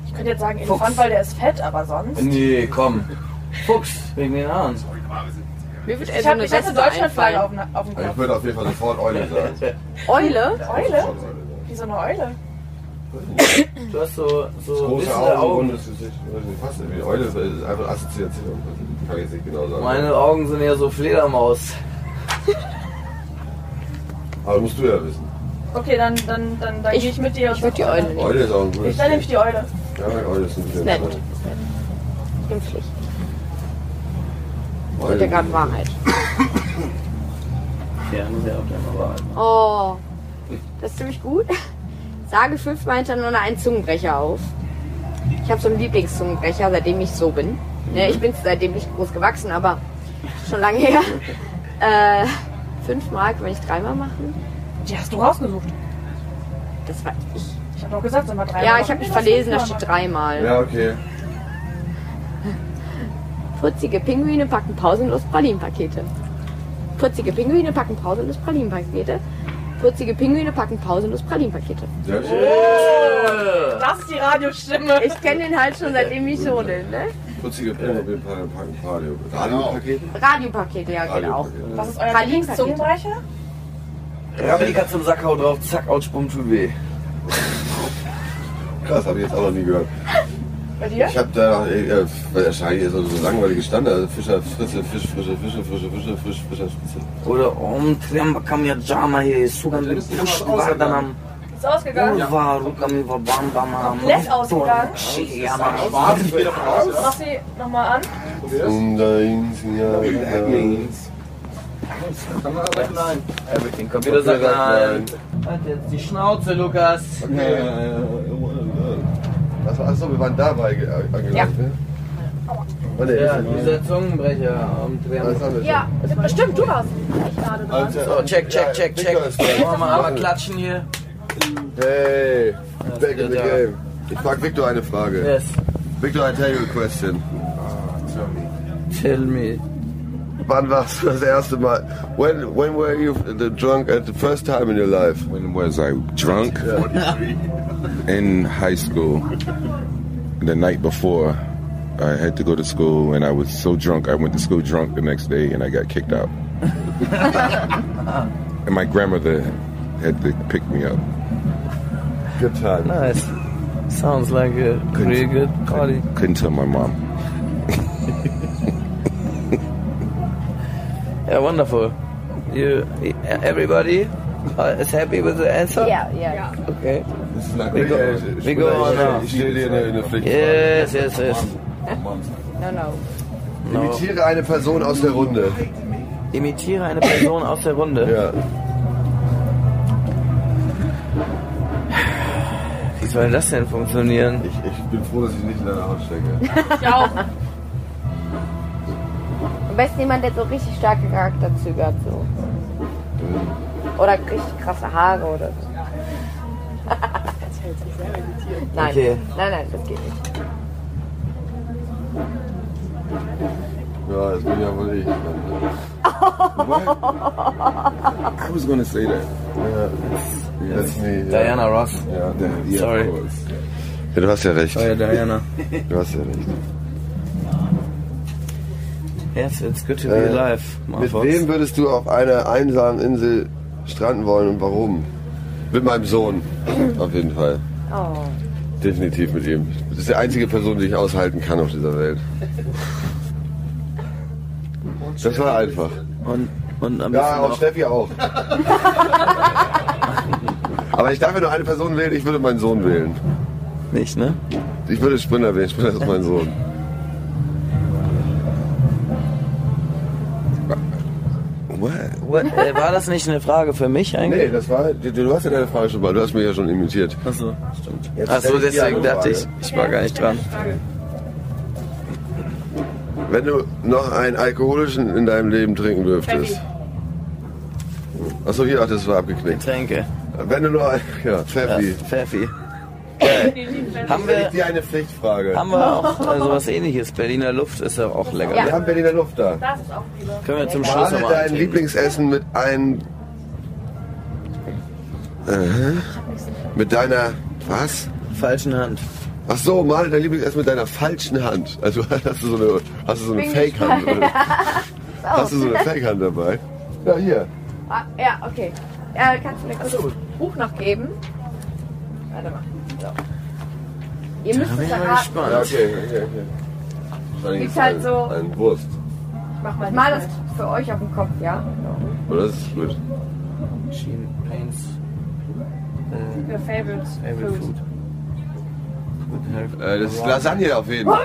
Ich könnte jetzt sagen Elefant, weil der ist fett, aber sonst.
Nee, komm. Fuchs, wegen den Haaren.
Mir wird
Ich habe eine ganze Deutschlandflagge auf, dem- auf dem
Ich
Kopf.
würde auf jeden Fall sofort Eule sagen.
Eule?
Eule?
Sofort Eule.
Wie so eine Eule?
Du hast so, so
Große
wissende
Augen,
Augen.
rundes Gesicht. Weiß nicht, Passt irgendwie. Eule ist einfach Assoziation. Kann ich jetzt nicht genau sagen.
Meine Augen sind eher so Fledermaus.
Aber musst du ja wissen.
Okay, dann, dann, dann, dann gehe ich mit dir.
Ich würde die Eule nehmen.
Eule ist auch ein gutes
Dann nehme ich die Eule.
Tier. Ja, Eule ist ein gutes
Nett.
Tier.
Impflich.
Eule.
Der gerade Wahrheit.
Ja, muss ja auch gleich mal warten.
Oh. Das ist ziemlich gut. Sage fünfmal hintereinander einen Zungenbrecher auf. Ich habe so einen Lieblingszungenbrecher, seitdem ich so bin. Ne, ich bin seitdem nicht groß gewachsen, aber schon lange her. Äh, fünfmal, kann ich dreimal machen?
Die hast du rausgesucht.
Das war ich.
Ich habe doch gesagt, sind wir drei.
Ja, ich habe mich verlesen, da steht dreimal.
Ja, okay.
Putzige Pinguine packen pausenlos Pralinenpakete. Putzige Pinguine packen pausenlos Pralinenpakete. Putzige Pinguine packen pausenlos Pralinenpakete.
Sehr schön.
Das ist die Radiostimme.
Ich kenne den halt schon seitdem ich jodel, ne?
Putzige Pille, wir packen packen Radio. Radio-Paket?
Radiopakete, ja,
genau.
geht auch.
Radio-Paket.
Was ist euer
Pralinenpaket.
Lieblingszungenbrecher?
Ramme die Katze im Sack, hau drauf, zack, out, spumm, tut weh.
Krass, habe ich jetzt auch noch nie gehört.
Bei dir?
Ich habe da, äh, weil wahrscheinlich ist so so langweilige Standard. Also Fischer, Frisse, Fisch, Frische, Fische, Frische, Fische, Fisch, Fischer, Spitze.
Oder um, om tremba kamia jama he sugan bin push vardanam
Ist ausgegangen.
uvaru kamia bambama
Komplett ausgegangen.
Shiyama
Mach sie nochmal an.
Und ein Um Signal.
Nein. Everything. Computer sagt nein. Halt jetzt die Schnauze, Lukas.
Was war- Achso, wir waren dabei ge- angelangt,
Ja.
ne? Oh, nee,
Ja,
ist ja-
dieser Zungenbrecher um, om
Das
tremba.
haben wir schon.
Ja, bestimmt, du warst nicht gerade dran.
Also,
So, oh, check, check, check,
ja,
check.
Dicker ist dran.
Wollen wir mal einmal klatschen hier?
Hey, back in the
Ja.
game. Ich frage Victor eine Frage.
Yes.
Victor, I tell you a question.
Tell me.
Wann warst du das erste Mal? When, when were you the drunk at the first time in your life?
When was I drunk? In high school. The night before, I had to go to school, and I was so drunk. I went to school drunk the next day, and I got kicked out. and my grandmother had to pick me up.
Good time.
Nice. Sounds like a pretty good party.
Couldn't tell my mom.
Yeah, wonderful. You, everybody uh, is happy with the answer?
Ja, ja.
Okay.
Wir
go- we go on now.
Ich stelle dir eine, eine Pflicht.
Yes, yes, yes.
No, no.
Genau.
Imitiere eine Person aus der Runde.
Imitiere eine Person aus der Runde.
Ja.
Wie soll das denn funktionieren?
Ich, ich bin froh, dass ich nicht in deiner Haut stecke.
Ich auch.
Am besten jemand, der so richtig starke Charakterzüge hat. So. Oder richtig krasse Haare oder so. nein.
Okay.
nein, nein, das geht nicht.
Ja, das bin ja wohl ich.
I was going to say that.
Das ist nie, ja.
Diana Ross.
Ja, der-
Yeah,
Sorry. Oh,
Of course.
Ja, du hast Oh ja recht.
Euer
Du
Diana.
hast ja recht.
Yes, it's good to be alive.
Äh, Mit
Marfox.
wem würdest du auf einer einsamen Insel stranden wollen und warum? Mit meinem Sohn. Auf jeden Fall.
Oh.
Definitiv mit ihm. Das ist die einzige Person, die ich aushalten kann auf dieser Welt. Das war einfach.
Und, und am
Ja, auch
besten
Steffi auch. Aber ich darf ja nur eine Person wählen, ich würde meinen Sohn wählen.
auch nicht, ne?
Ich würde Sprinter wählen, Sprinter ist mein Sohn.
What?
What, äh, war das nicht eine Frage für mich eigentlich?
Nee, das war. Du, du hast ja deine Frage schon mal, du hast mich ja schon imitiert.
Achso, stimmt.
Jetzt
Achso,
stell ich dir
deswegen
eine
dachte ich,
Frage.
ich war gar nicht dran.
Wenn du noch einen alkoholischen in deinem Leben trinken dürftest. Achso, hier, ach, das war abgeknickt.
Tränke.
Wenn du nur ein. Ja, Pfeffi.
Pfeffi. Äh, Haben
Stell ich
wir,
dir eine Pflichtfage.
haben wir auch äh, sowas ähnliches. Berliner Luft ist ja auch lecker. ne?
Wir haben Berliner Luft da.
Das ist auch lieber.
Können wir zum Schluss
Gerade
nochmal
dein
antrinken.
Lieblingsessen mit einem. Aha. äh, Mit deiner. Was?
Falschen Hand.
Ach so, mal dein Lieblingsessen mit deiner falschen Hand. Also hast du so eine, hast du so eine Fake-Hand. oder? Hast du so eine Fake-Hand dabei? Ja, hier.
Ah, ja, okay. Ja, kannst du mir kurz das Buch noch geben? Warte mal. So. Ihr müsst es erraten.
Ja,
gespannt.
okay, okay, okay. Wahrscheinlich
Gibt's
ist
halt
ein-
so-
Ein Wurst.
Ich mach mal, mal das für euch auf den Kopf, ja?
Oder das ist gut.
Machine Paints
Your favorite
every
food.
food. With help
Äh, das ist Lasagne auf jeden Fall.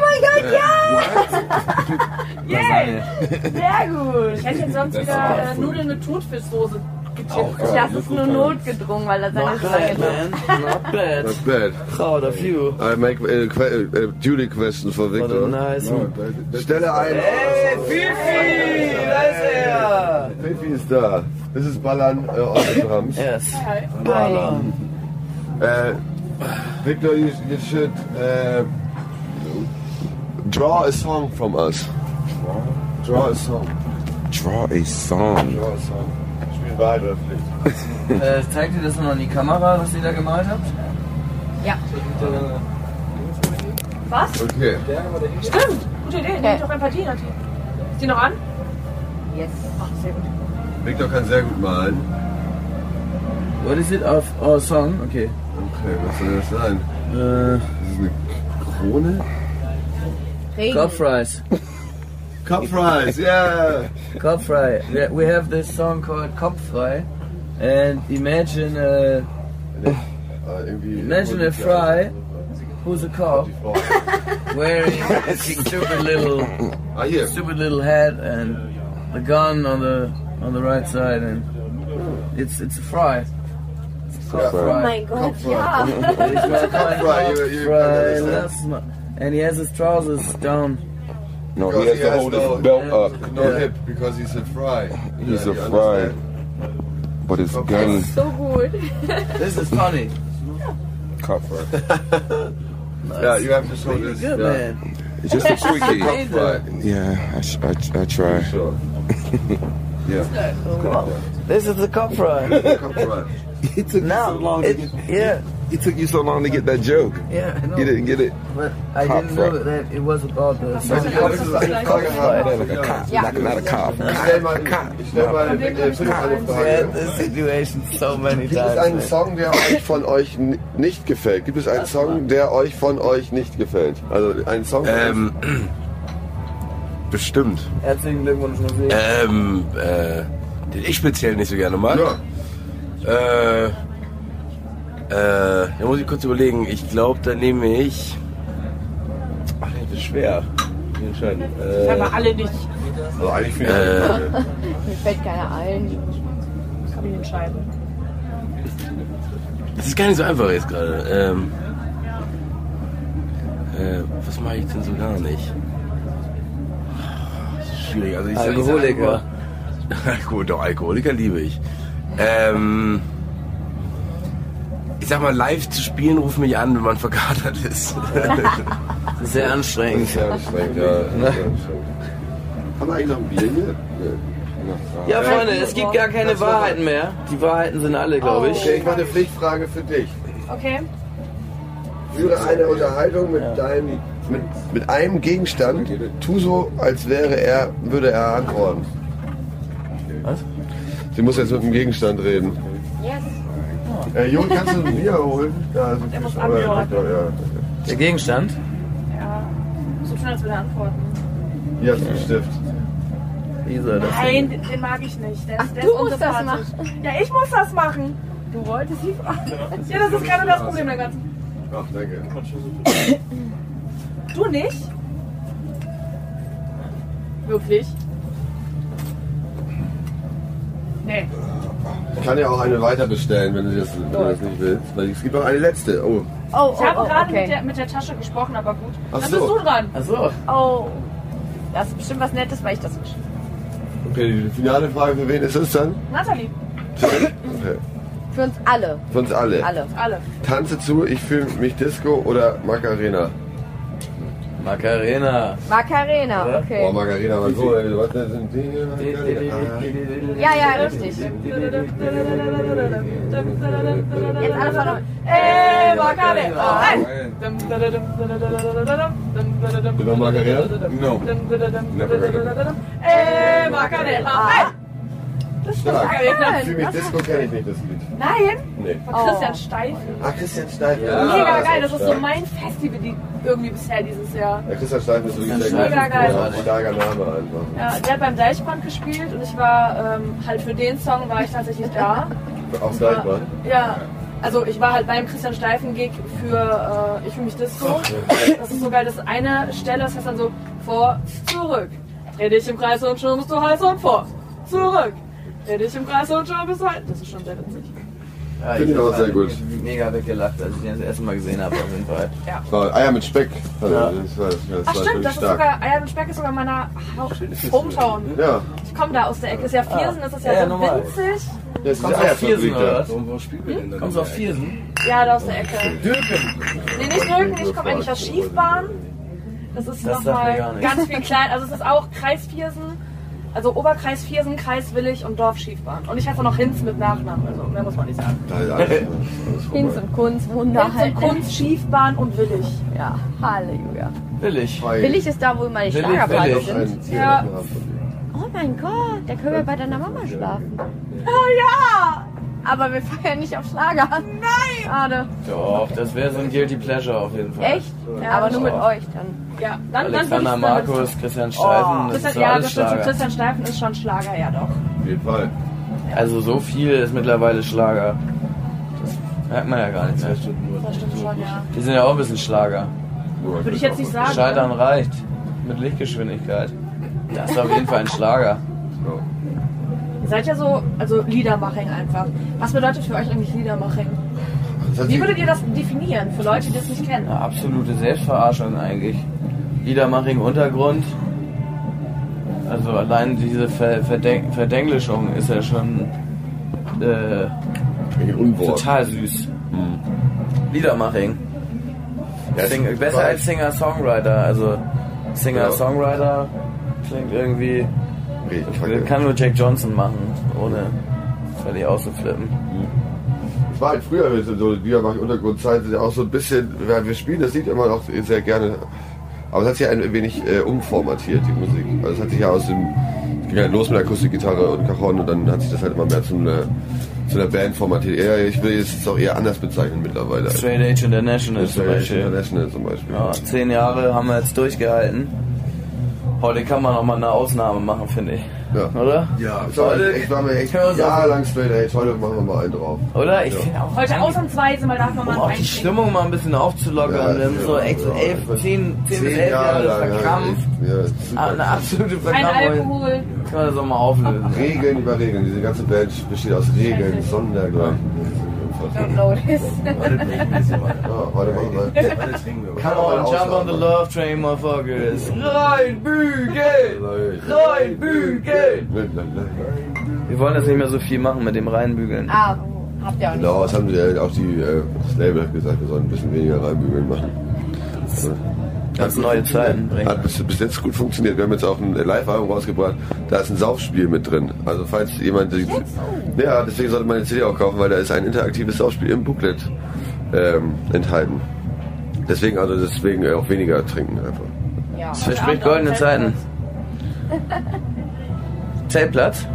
Lasagne.
Sehr gut.
Ich hätte jetzt sonst wieder äh, Nudeln mit Thunfischsoße getippt.
Das ist nur notgedrungen, weil das eine
Not
so lange
bad,
dauert.
man. Not bad.
That's bad.
Proud of you.
I make a, que- a duty question for
What a
Victor.
nice one.
Stelle ein.
Hey, Fifi! Da ist er!
Pfeffi ist da. Das ist Ballern äh, on the drums.
Yes.
Äh, Victor, you, you should äh, draw a song from us. Draw a song.
Draw a song.
Draw a song. Spiel Wahrheit oder Pflicht.
Äh, zeigt ihr das nur an die Kamera, was ihr da gemalt habt?
Ja.
Okay.
Stimmt, gute Idee. Nehmt doch ein paar Diener. Ist die noch an?
Yes. sehr gut.
Victor kann sehr gut malen.
What is it of our song? Okay.
Okay, was soll das sein?
Äh,
Das ist eine Krone?
Cod fries.
Kopfreis, yeah!
Kopfrei. We- We have this song called Kopfrei. And imagine uh, a,
Äh, irgendwie-
imagine a fry who's a cop
Die Frau.
wearing a stupid little
Ah, hier.
stupid little hat and the gun on the on the right side and it's it's a fry. It's called
Yeah.
Oh
fry.
mein Gott, ja.
And he's got a kind of
Fry, you- you
fry,
understand.
that's my- And he has his trousers down.
No,
Because
he has to hold
no-
his belt up.
No
Yeah.
hip, because he's a fry.
He's
Yeah,
a
you
fry.
understand?
But his gun
So gut.
This is funny.
cover.
Yeah, you have to show
You're
this.
good
yeah.
man.
It's just a quickie.
Hey,
Fry.
Yeah, I, sh- I, ch- I try.
Sure. yeah.
This is the cop fry.
Kopfreis.
It took
Now, it, yeah,
it took you so long to get that joke.
yeah, I know.
You didn't get it.
But I
Cop
didn't know
fry.
that it was about the
Ich kann wenigstens eine Frage haben.
Like a cop,
Yeah.
like not a cop.
Ich stell mal, ich stell mal eine, eine, eine
had
Frage.
this situation so many
Gibt es einen
times.
Song, der euch von euch n- nicht gefällt? Gibt es einen Song, der euch von euch nicht gefällt? Also einen Song?
Ähm, bestimmt.
Herzlichen Glückwunsch, Musik.
Ähm, äh, den ich speziell nicht so gerne mag.
ja.
Äh, äh, da muss ich kurz überlegen. Ich glaube, da nehme ich. Ach, das ist schwer.
mich entscheiden.
Wenn
Äh,
wir alle nicht,
Also eigentlich
äh,
finde ich.
Mir fällt keiner ein.
kann mich entscheiden.
Das ist gar nicht so einfach jetzt gerade. Ähm, äh, was mache ich denn so gar nicht? Das ist Schwierig. Also ich sag- ich sag
Alkoholiker.
immer- Alkohol, doch, Alkoholiker liebe ich. Ähm, ich sag mal, live zu spielen, ruft mich an, wenn man verkatert ist.
Sehr anstrengend.
sehr anstrengend, ja.
Ne?
sehr anstrengend.
Haben wir eigentlich noch ein Bier hier?
Ja, Freunde, es gibt gar keine Wahrheiten mehr. Die Wahrheiten sind alle, glaube ich.
Okay, ich mache eine Pflichtfrage für dich.
Okay.
Führe eine Unterhaltung mit deinem. Mit, mit einem Gegenstand, tu so, als wäre er, würde er antworten.
Was?
Sie muss jetzt mit dem Gegenstand reden.
Yes.
Äh, Jürgen, kannst du ein Bier holen? Ja, so
muss
aber-
antworten.
Der Gegenstand?
Ja.
So schön, als würde er antworten.
ja. Hier hast du einen Stift.
Wie soll das denn?
Nein, den, den mag ich nicht. Der ist, der
du
ist
musst das
unsympathisch. Ja, ich muss das machen. Du wolltest sie fragen. Ja, das ist gerade das Problem der ganzen.
Ach, danke.
Du nicht?
Wirklich?
Nee.
Ich kann ja auch eine weiter bestellen, wenn du das, wenn du das nicht willst. Weil es gibt noch eine letzte. Oh.
Oh,
Ich
oh,
habe
oh,
gerade mit,
okay.
der, mit der Tasche gesprochen, aber gut.
Ach
Dann
so.
bist du dran.
Achso.
Oh. Das ist bestimmt was Nettes, weil ich das geschrieben
Okay, die finale Frage, für wen ist es dann?
Nathalie,
Okay.
habe. Für uns alle.
Für uns alle.
Alle.
alle.
Tanze zu, ich fühle mich Disco oder Macarena.
Macarena.
Macarena,
Boah,
okay.
Macarena, was so, ey, was das sind Dinge? Macarena.
Ja, ja, richtig. Jetzt alle von neu.
Ey, Macarena.
Genau, Macarena?
No. Never heard
Ey, Macarena.
Stark. Ich
Nein,
fühle mich Disco, kenne ich nicht das Lied.
Nein,
Nee.
von Christian Steif.
Ah, Christian Steifen.
Mega geil, Ah, das ist so
stark.
mein Festival die irgendwie bisher dieses Jahr.
Ja, Christian Steifen ist wirklich sehr
Steifen,
gut. Ja,
geil.
starker Name einfach.
Ja, der hat beim Deichbrand gespielt und ich war ähm, halt für den Song war ich tatsächlich da.
Auch Steifen.
Ja, also ich war halt beim Christian Steifen-Gig für äh, Ich fühle mich Disco. Das ist so geil, das ist eine Stelle, das heißt dann so vor, zurück. Dreh dich im Kreis und schon bist du heiß und vor, zurück. Dreh dich im Kreis und schon bist du heiß. Das ist schon sehr witzig.
Ja,
Finde ich auch
hab
sehr gut.
Mega weggelacht, als ich den das erste Mal gesehen habe, auf jeden Fall.
War Eier mit Speck. Also,
Ja.
Das war, das war, das
Ach
war
stimmt,
wirklich
das ist sogar, Eier und Speck ist sogar meiner Hau- Hometown.
Ja,
Ich komme da aus der Ecke, ist ja Viersen, das ist
Ja,
ja so
normal.
winzig.
das ist
Kommst du auf Viersen
Eierfabrik
oder
da.
was?
Wo spielen wir denn da?
Kommst du auf Viersen?
Ja, da aus der Ecke. Nee, nicht Nöken, ich komme eigentlich aus Schiefbahn. Das ist
Das sagt mir
nochmal
gar nichts.
ganz viel klein. Also es ist auch Kreis Viersen, also Oberkreis Viersen, Kreis Willig und Dorf Schiefbahn. Und ich heiße noch Hinz mit Nachnamen, also mehr muss man nicht sagen.
Da ist alles, alles
Hinz
vorbei.
und Kunst, Wunder
Hinz
halt.
und Kunz, Schiefbahn und Willig.
Ja, Halleluja.
Billig.
Billig ist da, wo immer die
Billig,
Schlagerpartys
billig.
sind.
Ein Ziel,
Ja.
das wir haben.
Oh mein Gott, da können wir bei deiner Mama schlafen. Aber wir feiern nicht auf Schlager. Nein! Schade.
Doch, das wäre so ein Guilty Pleasure auf jeden Fall.
Echt? Aber nur mit euch dann.
Ja, dann, dann würde ich
Alexander
dann
Markus, Christian Steifen, das ist
Christian,
so
ja,
alles
das stimmt. schon.
Schlager.
Christian Steifen ist schon Schlager, ja doch.
Auf jeden Fall.
Also so viel ist mittlerweile Schlager. Das merkt man ja gar nicht mehr.
Das stimmt schon, ja.
Die sind ja auch ein bisschen Schlager.
Würde ich jetzt nicht sagen.
Scheitern reicht. Mit Lichtgeschwindigkeit. Das ist auf jeden Fall ein Schlager.
Ihr seid ja so, also Liedermaching einfach. Was bedeutet für euch eigentlich Liedermaching?
Das hat
Wie
sie-
würdet ihr das definieren für Leute, die das nicht kennen?
Eine absolute Selbstverarschung eigentlich. Liedermaching Untergrund. Also allein diese Ver Verden Verdenglischung ist ja schon äh,
Ein Unwort.
total süß. Liedermaching.
Ja,
Sing
das-
besser als Singer-Songwriter. Also Singer-Songwriter klingt irgendwie.
Okay, ich
Das
fange-
kann nur Jack Johnson machen, ohne völlig auszuflippen.
Es war halt früher so, so die mache ich Untergrundzeit sind ja auch so ein bisschen, weil wir spielen das Lied immer noch sehr gerne. Aber es hat sich ein wenig äh, umformatiert, die Musik. Also es hat sich ja aus dem. Es ging halt los mit Akustikgitarre und Cajon und dann hat sich das halt immer mehr zu einer, zu einer Band formatiert. Eher, ich will es jetzt auch eher anders bezeichnen mittlerweile.
Straight Age International zum
Straight Edge
Beispiel.
International zum Beispiel.
Ja, zehn Jahre haben wir jetzt durchgehalten. Heute kann man auch mal eine Ausnahme machen, finde ich.
Ja.
Oder?
Ja,
Ich war mir echt, war mir echt
Können wir uns
jahrelang straight edge. Heute machen wir mal einen drauf.
Oder? Ich
Ja.
finde auch.
Heute ausnahmsweise mal darf man
Um
mal
auch die
reinschicken.
Stimmung mal ein bisschen aufzulockern,
Ja,
denn so
ja,
echt so
ja.
elf, zehn, zehn bis
Zehn
elf Ah,
Jahre
Jahre
lang.
Verkrampf,
Ja, echt. Ja, super.
eine absolute
Ein
Verkrampfung,
Alkohol.
kann man das auch mal auflösen.
Regeln über Regeln. Diese ganze Band besteht aus Regeln, Sondergleichen. Das ist unfassbar.
Heute trinken wir so weiter.
Ja, warte mal.
Heute trinken wir
Kann
Come on,
auch
jump on the love train, motherfuckers. Reinbügeln! Reinbügeln! Wir wollen das nicht mehr so viel machen mit dem Reinbügeln.
Ah, habt ihr auch nicht.
Genau, das haben sie äh, auch die, äh, das Label hat gesagt, wir sollen ein bisschen weniger reinbügeln machen.
Ganz neue Zeiten bringen.
Hat bis, bis jetzt gut funktioniert. Wir haben jetzt auch ein Live-Album rausgebracht. Da ist ein Saufspiel mit drin. Also falls jemand... Ja, deswegen sollte man die CD auch kaufen, weil da ist ein interaktives Saufspiel im Booklet ähm, enthalten. Deswegen also deswegen auch weniger trinken einfach.
Ja.
Verspricht goldene Zeiten. Zeltplatz?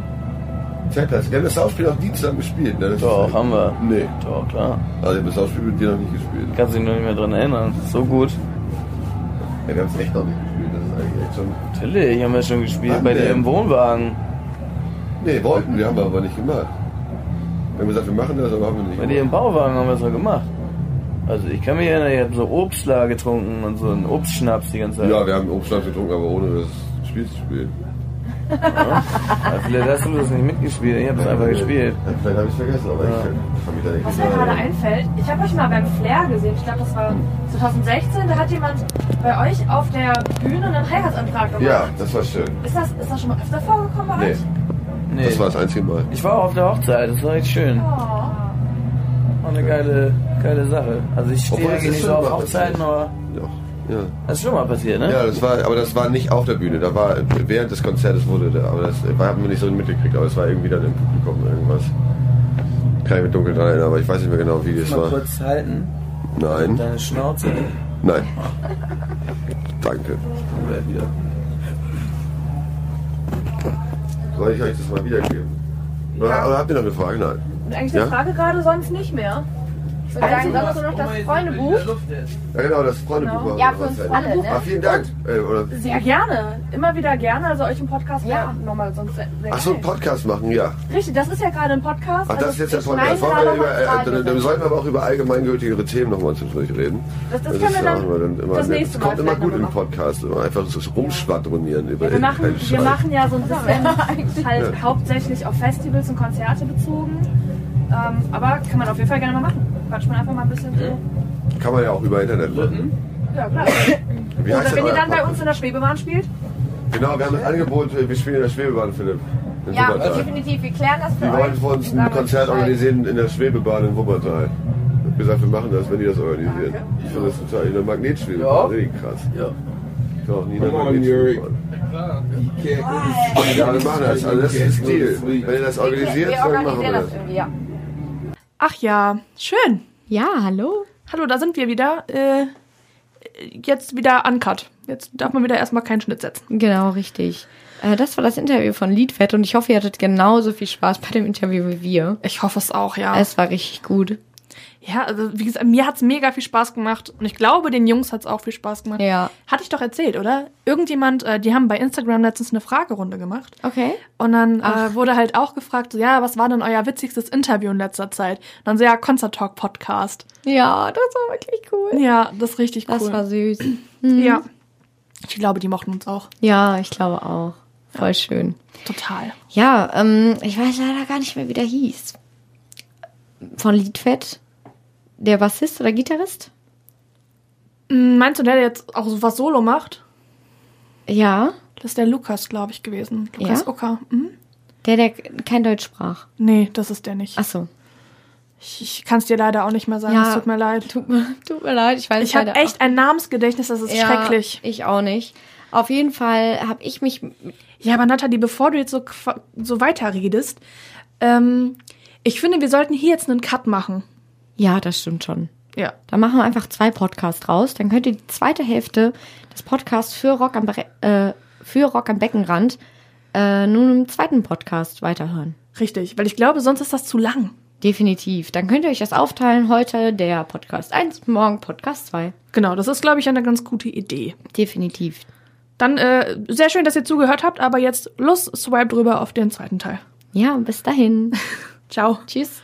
Zeltplatz, wir haben das Saufspiel auch nie zusammen gespielt. Ne? Das
Doch,
ist-
haben wir.
Nee,
Doch, klar.
also ich habe das Saufspiel mit dir noch nicht gespielt.
Kannst dich noch nicht mehr dran erinnern. So gut.
Ja, wir haben es echt noch nicht gespielt. Das ist eigentlich echt schon...
Natürlich haben wir schon gespielt
Wann
bei dir
denn?
im Wohnwagen.
Nee, wollten wir, haben wir aber nicht gemacht. Wir haben gesagt, wir machen das, aber haben wir nicht
Bei dir im Bauwagen haben wir es mal gemacht. Also ich kann mich erinnern, ich habe so Obstler getrunken und so einen Obstschnaps die ganze Zeit.
Ja, wir haben Obstschnaps getrunken, aber ohne das Spiel zu spielen.
Also vielleicht hast du das nicht mitgespielt, ich habe es einfach gespielt.
Ja, vielleicht habe ich es vergessen, aber ich kann mich da nicht
Was mir gerade einfällt, ich habe euch mal beim Flair gesehen, ich glaube das war 2016, da hat jemand bei euch auf der Bühne einen Heiratsantrag gemacht.
Ja, das war schön.
Ist das, ist das schon mal öfter vorgekommen bei
Nee,
euch?
Nee.
das war das einzige Mal.
ich war auch auf der Hochzeit, das war echt schön.
Oh.
War eine geile, geile Sache. Also ich stehe
Obwohl, das
eigentlich
ist
nicht so
schon
auf
mal
Hochzeiten,
passiert.
aber
Doch. Ja.
das ist schon mal passiert, ne?
ja, das war, aber das war nicht auf der Bühne. Da war während des Konzertes wurde, da, aber das war, haben wir nicht so mitgekriegt. Aber es war irgendwie dann im Publikum irgendwas. Kann ich mich dunkel dran erinnern, aber ich weiß nicht mehr genau, wie das
Mal
war. Hm?
kurz halten,
Nein,
deine Schnauze.
nein. Danke. Soll ich euch das mal wiedergeben? Oder, oder habt ihr noch eine Frage? Nein.
Und eigentlich eine
Ja?
Frage gerade sonst nicht mehr.
Ich würde sagen, sonst nur noch das Freundebuch.
Ja genau, das Freundebuch. war
Ja,
das
für uns
halt.
alle,
Ah,
ne?
vielen Dank. Äh, oder,
Sehr gerne. Immer wieder gerne. Also euch im Podcast
Ja.
ja. nochmal sonst sehr, sehr
ach so, einen
geil.
Podcast machen, ja.
Richtig, das ist ja gerade ein Podcast.
Ach, das
also
ist jetzt der
ich
Podcast.
meine,
Wollen
da
wir
noch
über,
mal
äh,
Fragen
dann, dann sollten wir aber auch über allgemeingültigere Themen nochmal zwischendurch reden.
Das- das können wir
ja
dann
immer immer
das
nett.
nächste
Das
Mal
kommt immer
vielleicht
gut im
noch mal
Podcast. Immer einfach so rumschwadronieren über
wir machen,
irgendeinen
wir
Scheiß.
machen ja so ein bisschen halt hauptsächlich auf Festivals und Konzerte bezogen. Ähm, aber kann man auf jeden Fall gerne mal machen. Quatsch mal einfach mal ein bisschen so.
Kann man ja auch über Internet machen.
Ja, klar.
Wie
Oder wenn
euer
ihr dann bei uns
Podcast?
in der Schwebebahn spielt,
Genau, wir haben das Angebot, äh, wir spielen in der Schwebebahn, Philipp. In
Ja,
Wuppertal.
definitiv. Wir klären das für
Wir
euch.
wollten vor uns
Sagen
ein
uns
Konzert
Bescheid.
organisieren in der Schwebebahn in Wuppertal. Ich hab gesagt, wir machen das, wenn die das organisieren. Ich finde das total in der Magnetschwebebahn,
Ja.
richtig krass.
Ja.
Ich kann auch nie in der
Come on,
Magnetschwebebahn.
You can't go to sleep.
Ja, wir machen das. Also das ist ein Deal. Wenn ihr das organisiert,
wir
dann machen wir
organisieren
das.
das irgendwie, ja.
Ach ja, schön.
Ja, hallo.
Hallo, da sind wir wieder. Äh, jetzt wieder uncut. Jetzt darf man wieder erstmal keinen Schnitt setzen.
Genau, richtig. Äh, das war das Interview von Liedfett und ich hoffe, ihr hattet genauso viel Spaß bei dem Interview wie wir.
Ich hoffe es auch, ja.
Es war richtig gut.
ja, also wie gesagt, mir hat's mega viel Spaß gemacht und ich glaube, den Jungs hat's auch viel Spaß gemacht.
Ja.
Hatte ich doch erzählt, oder? Irgendjemand, äh, die haben bei Instagram letztens eine Fragerunde gemacht.
Okay.
Und dann
Ach.
äh, wurde halt auch gefragt, so, ja, was war denn euer witzigstes Interview in letzter Zeit? Und dann so, ja, Concert Talk Podcast.
Ja, das war wirklich cool.
Ja, das ist richtig cool.
Das war Mhm. süß.
ja. Ich glaube, die mochten uns auch.
Ja, ich glaube auch. Voll schön.
Total.
Ja, ähm, ich weiß leider gar nicht mehr, wie der hieß. Von Liedfett. Der Bassist oder Gitarrist?
Mm, Meinst du, der der jetzt auch so was Solo macht?
Ja.
Das ist der Lukas, glaube ich, gewesen. Lukas
Ja?
Ucker. Mhm.
Der, der kein Deutsch sprach.
Nee, das ist der nicht.
Ach so.
Ich, ich kann es dir leider auch nicht mehr sagen.
Ja.
Es tut mir leid.
Tut mir, tut mir leid, ich weiß
Ich habe
leider
echt ein Namensgedächtnis, das ist
auch- ja,
schrecklich.
Ich auch nicht. Auf jeden Fall habe ich mich.
Ja, aber Nathalie, bevor du jetzt so, qua- so weiterredest, ähm, ich finde, wir sollten hier jetzt einen Cut machen.
Ja, das stimmt schon.
Ja.
Dann machen wir einfach zwei Podcasts raus. Dann könnt ihr die zweite Hälfte des Podcasts für Rock am, Bre äh, für Rock am Beckenrand äh, nun im zweiten Podcast weiterhören.
Richtig, weil ich glaube, sonst ist das zu lang.
Definitiv. Dann könnt ihr euch das aufteilen. Heute der Podcast 1, morgen Podcast 2.
Genau, das ist, glaube ich, eine ganz gute Idee.
Definitiv.
Dann äh, sehr schön, dass ihr zugehört habt, aber jetzt los, swipe drüber auf den zweiten Teil.
Ja, bis dahin.
Ciao.
Tschüss.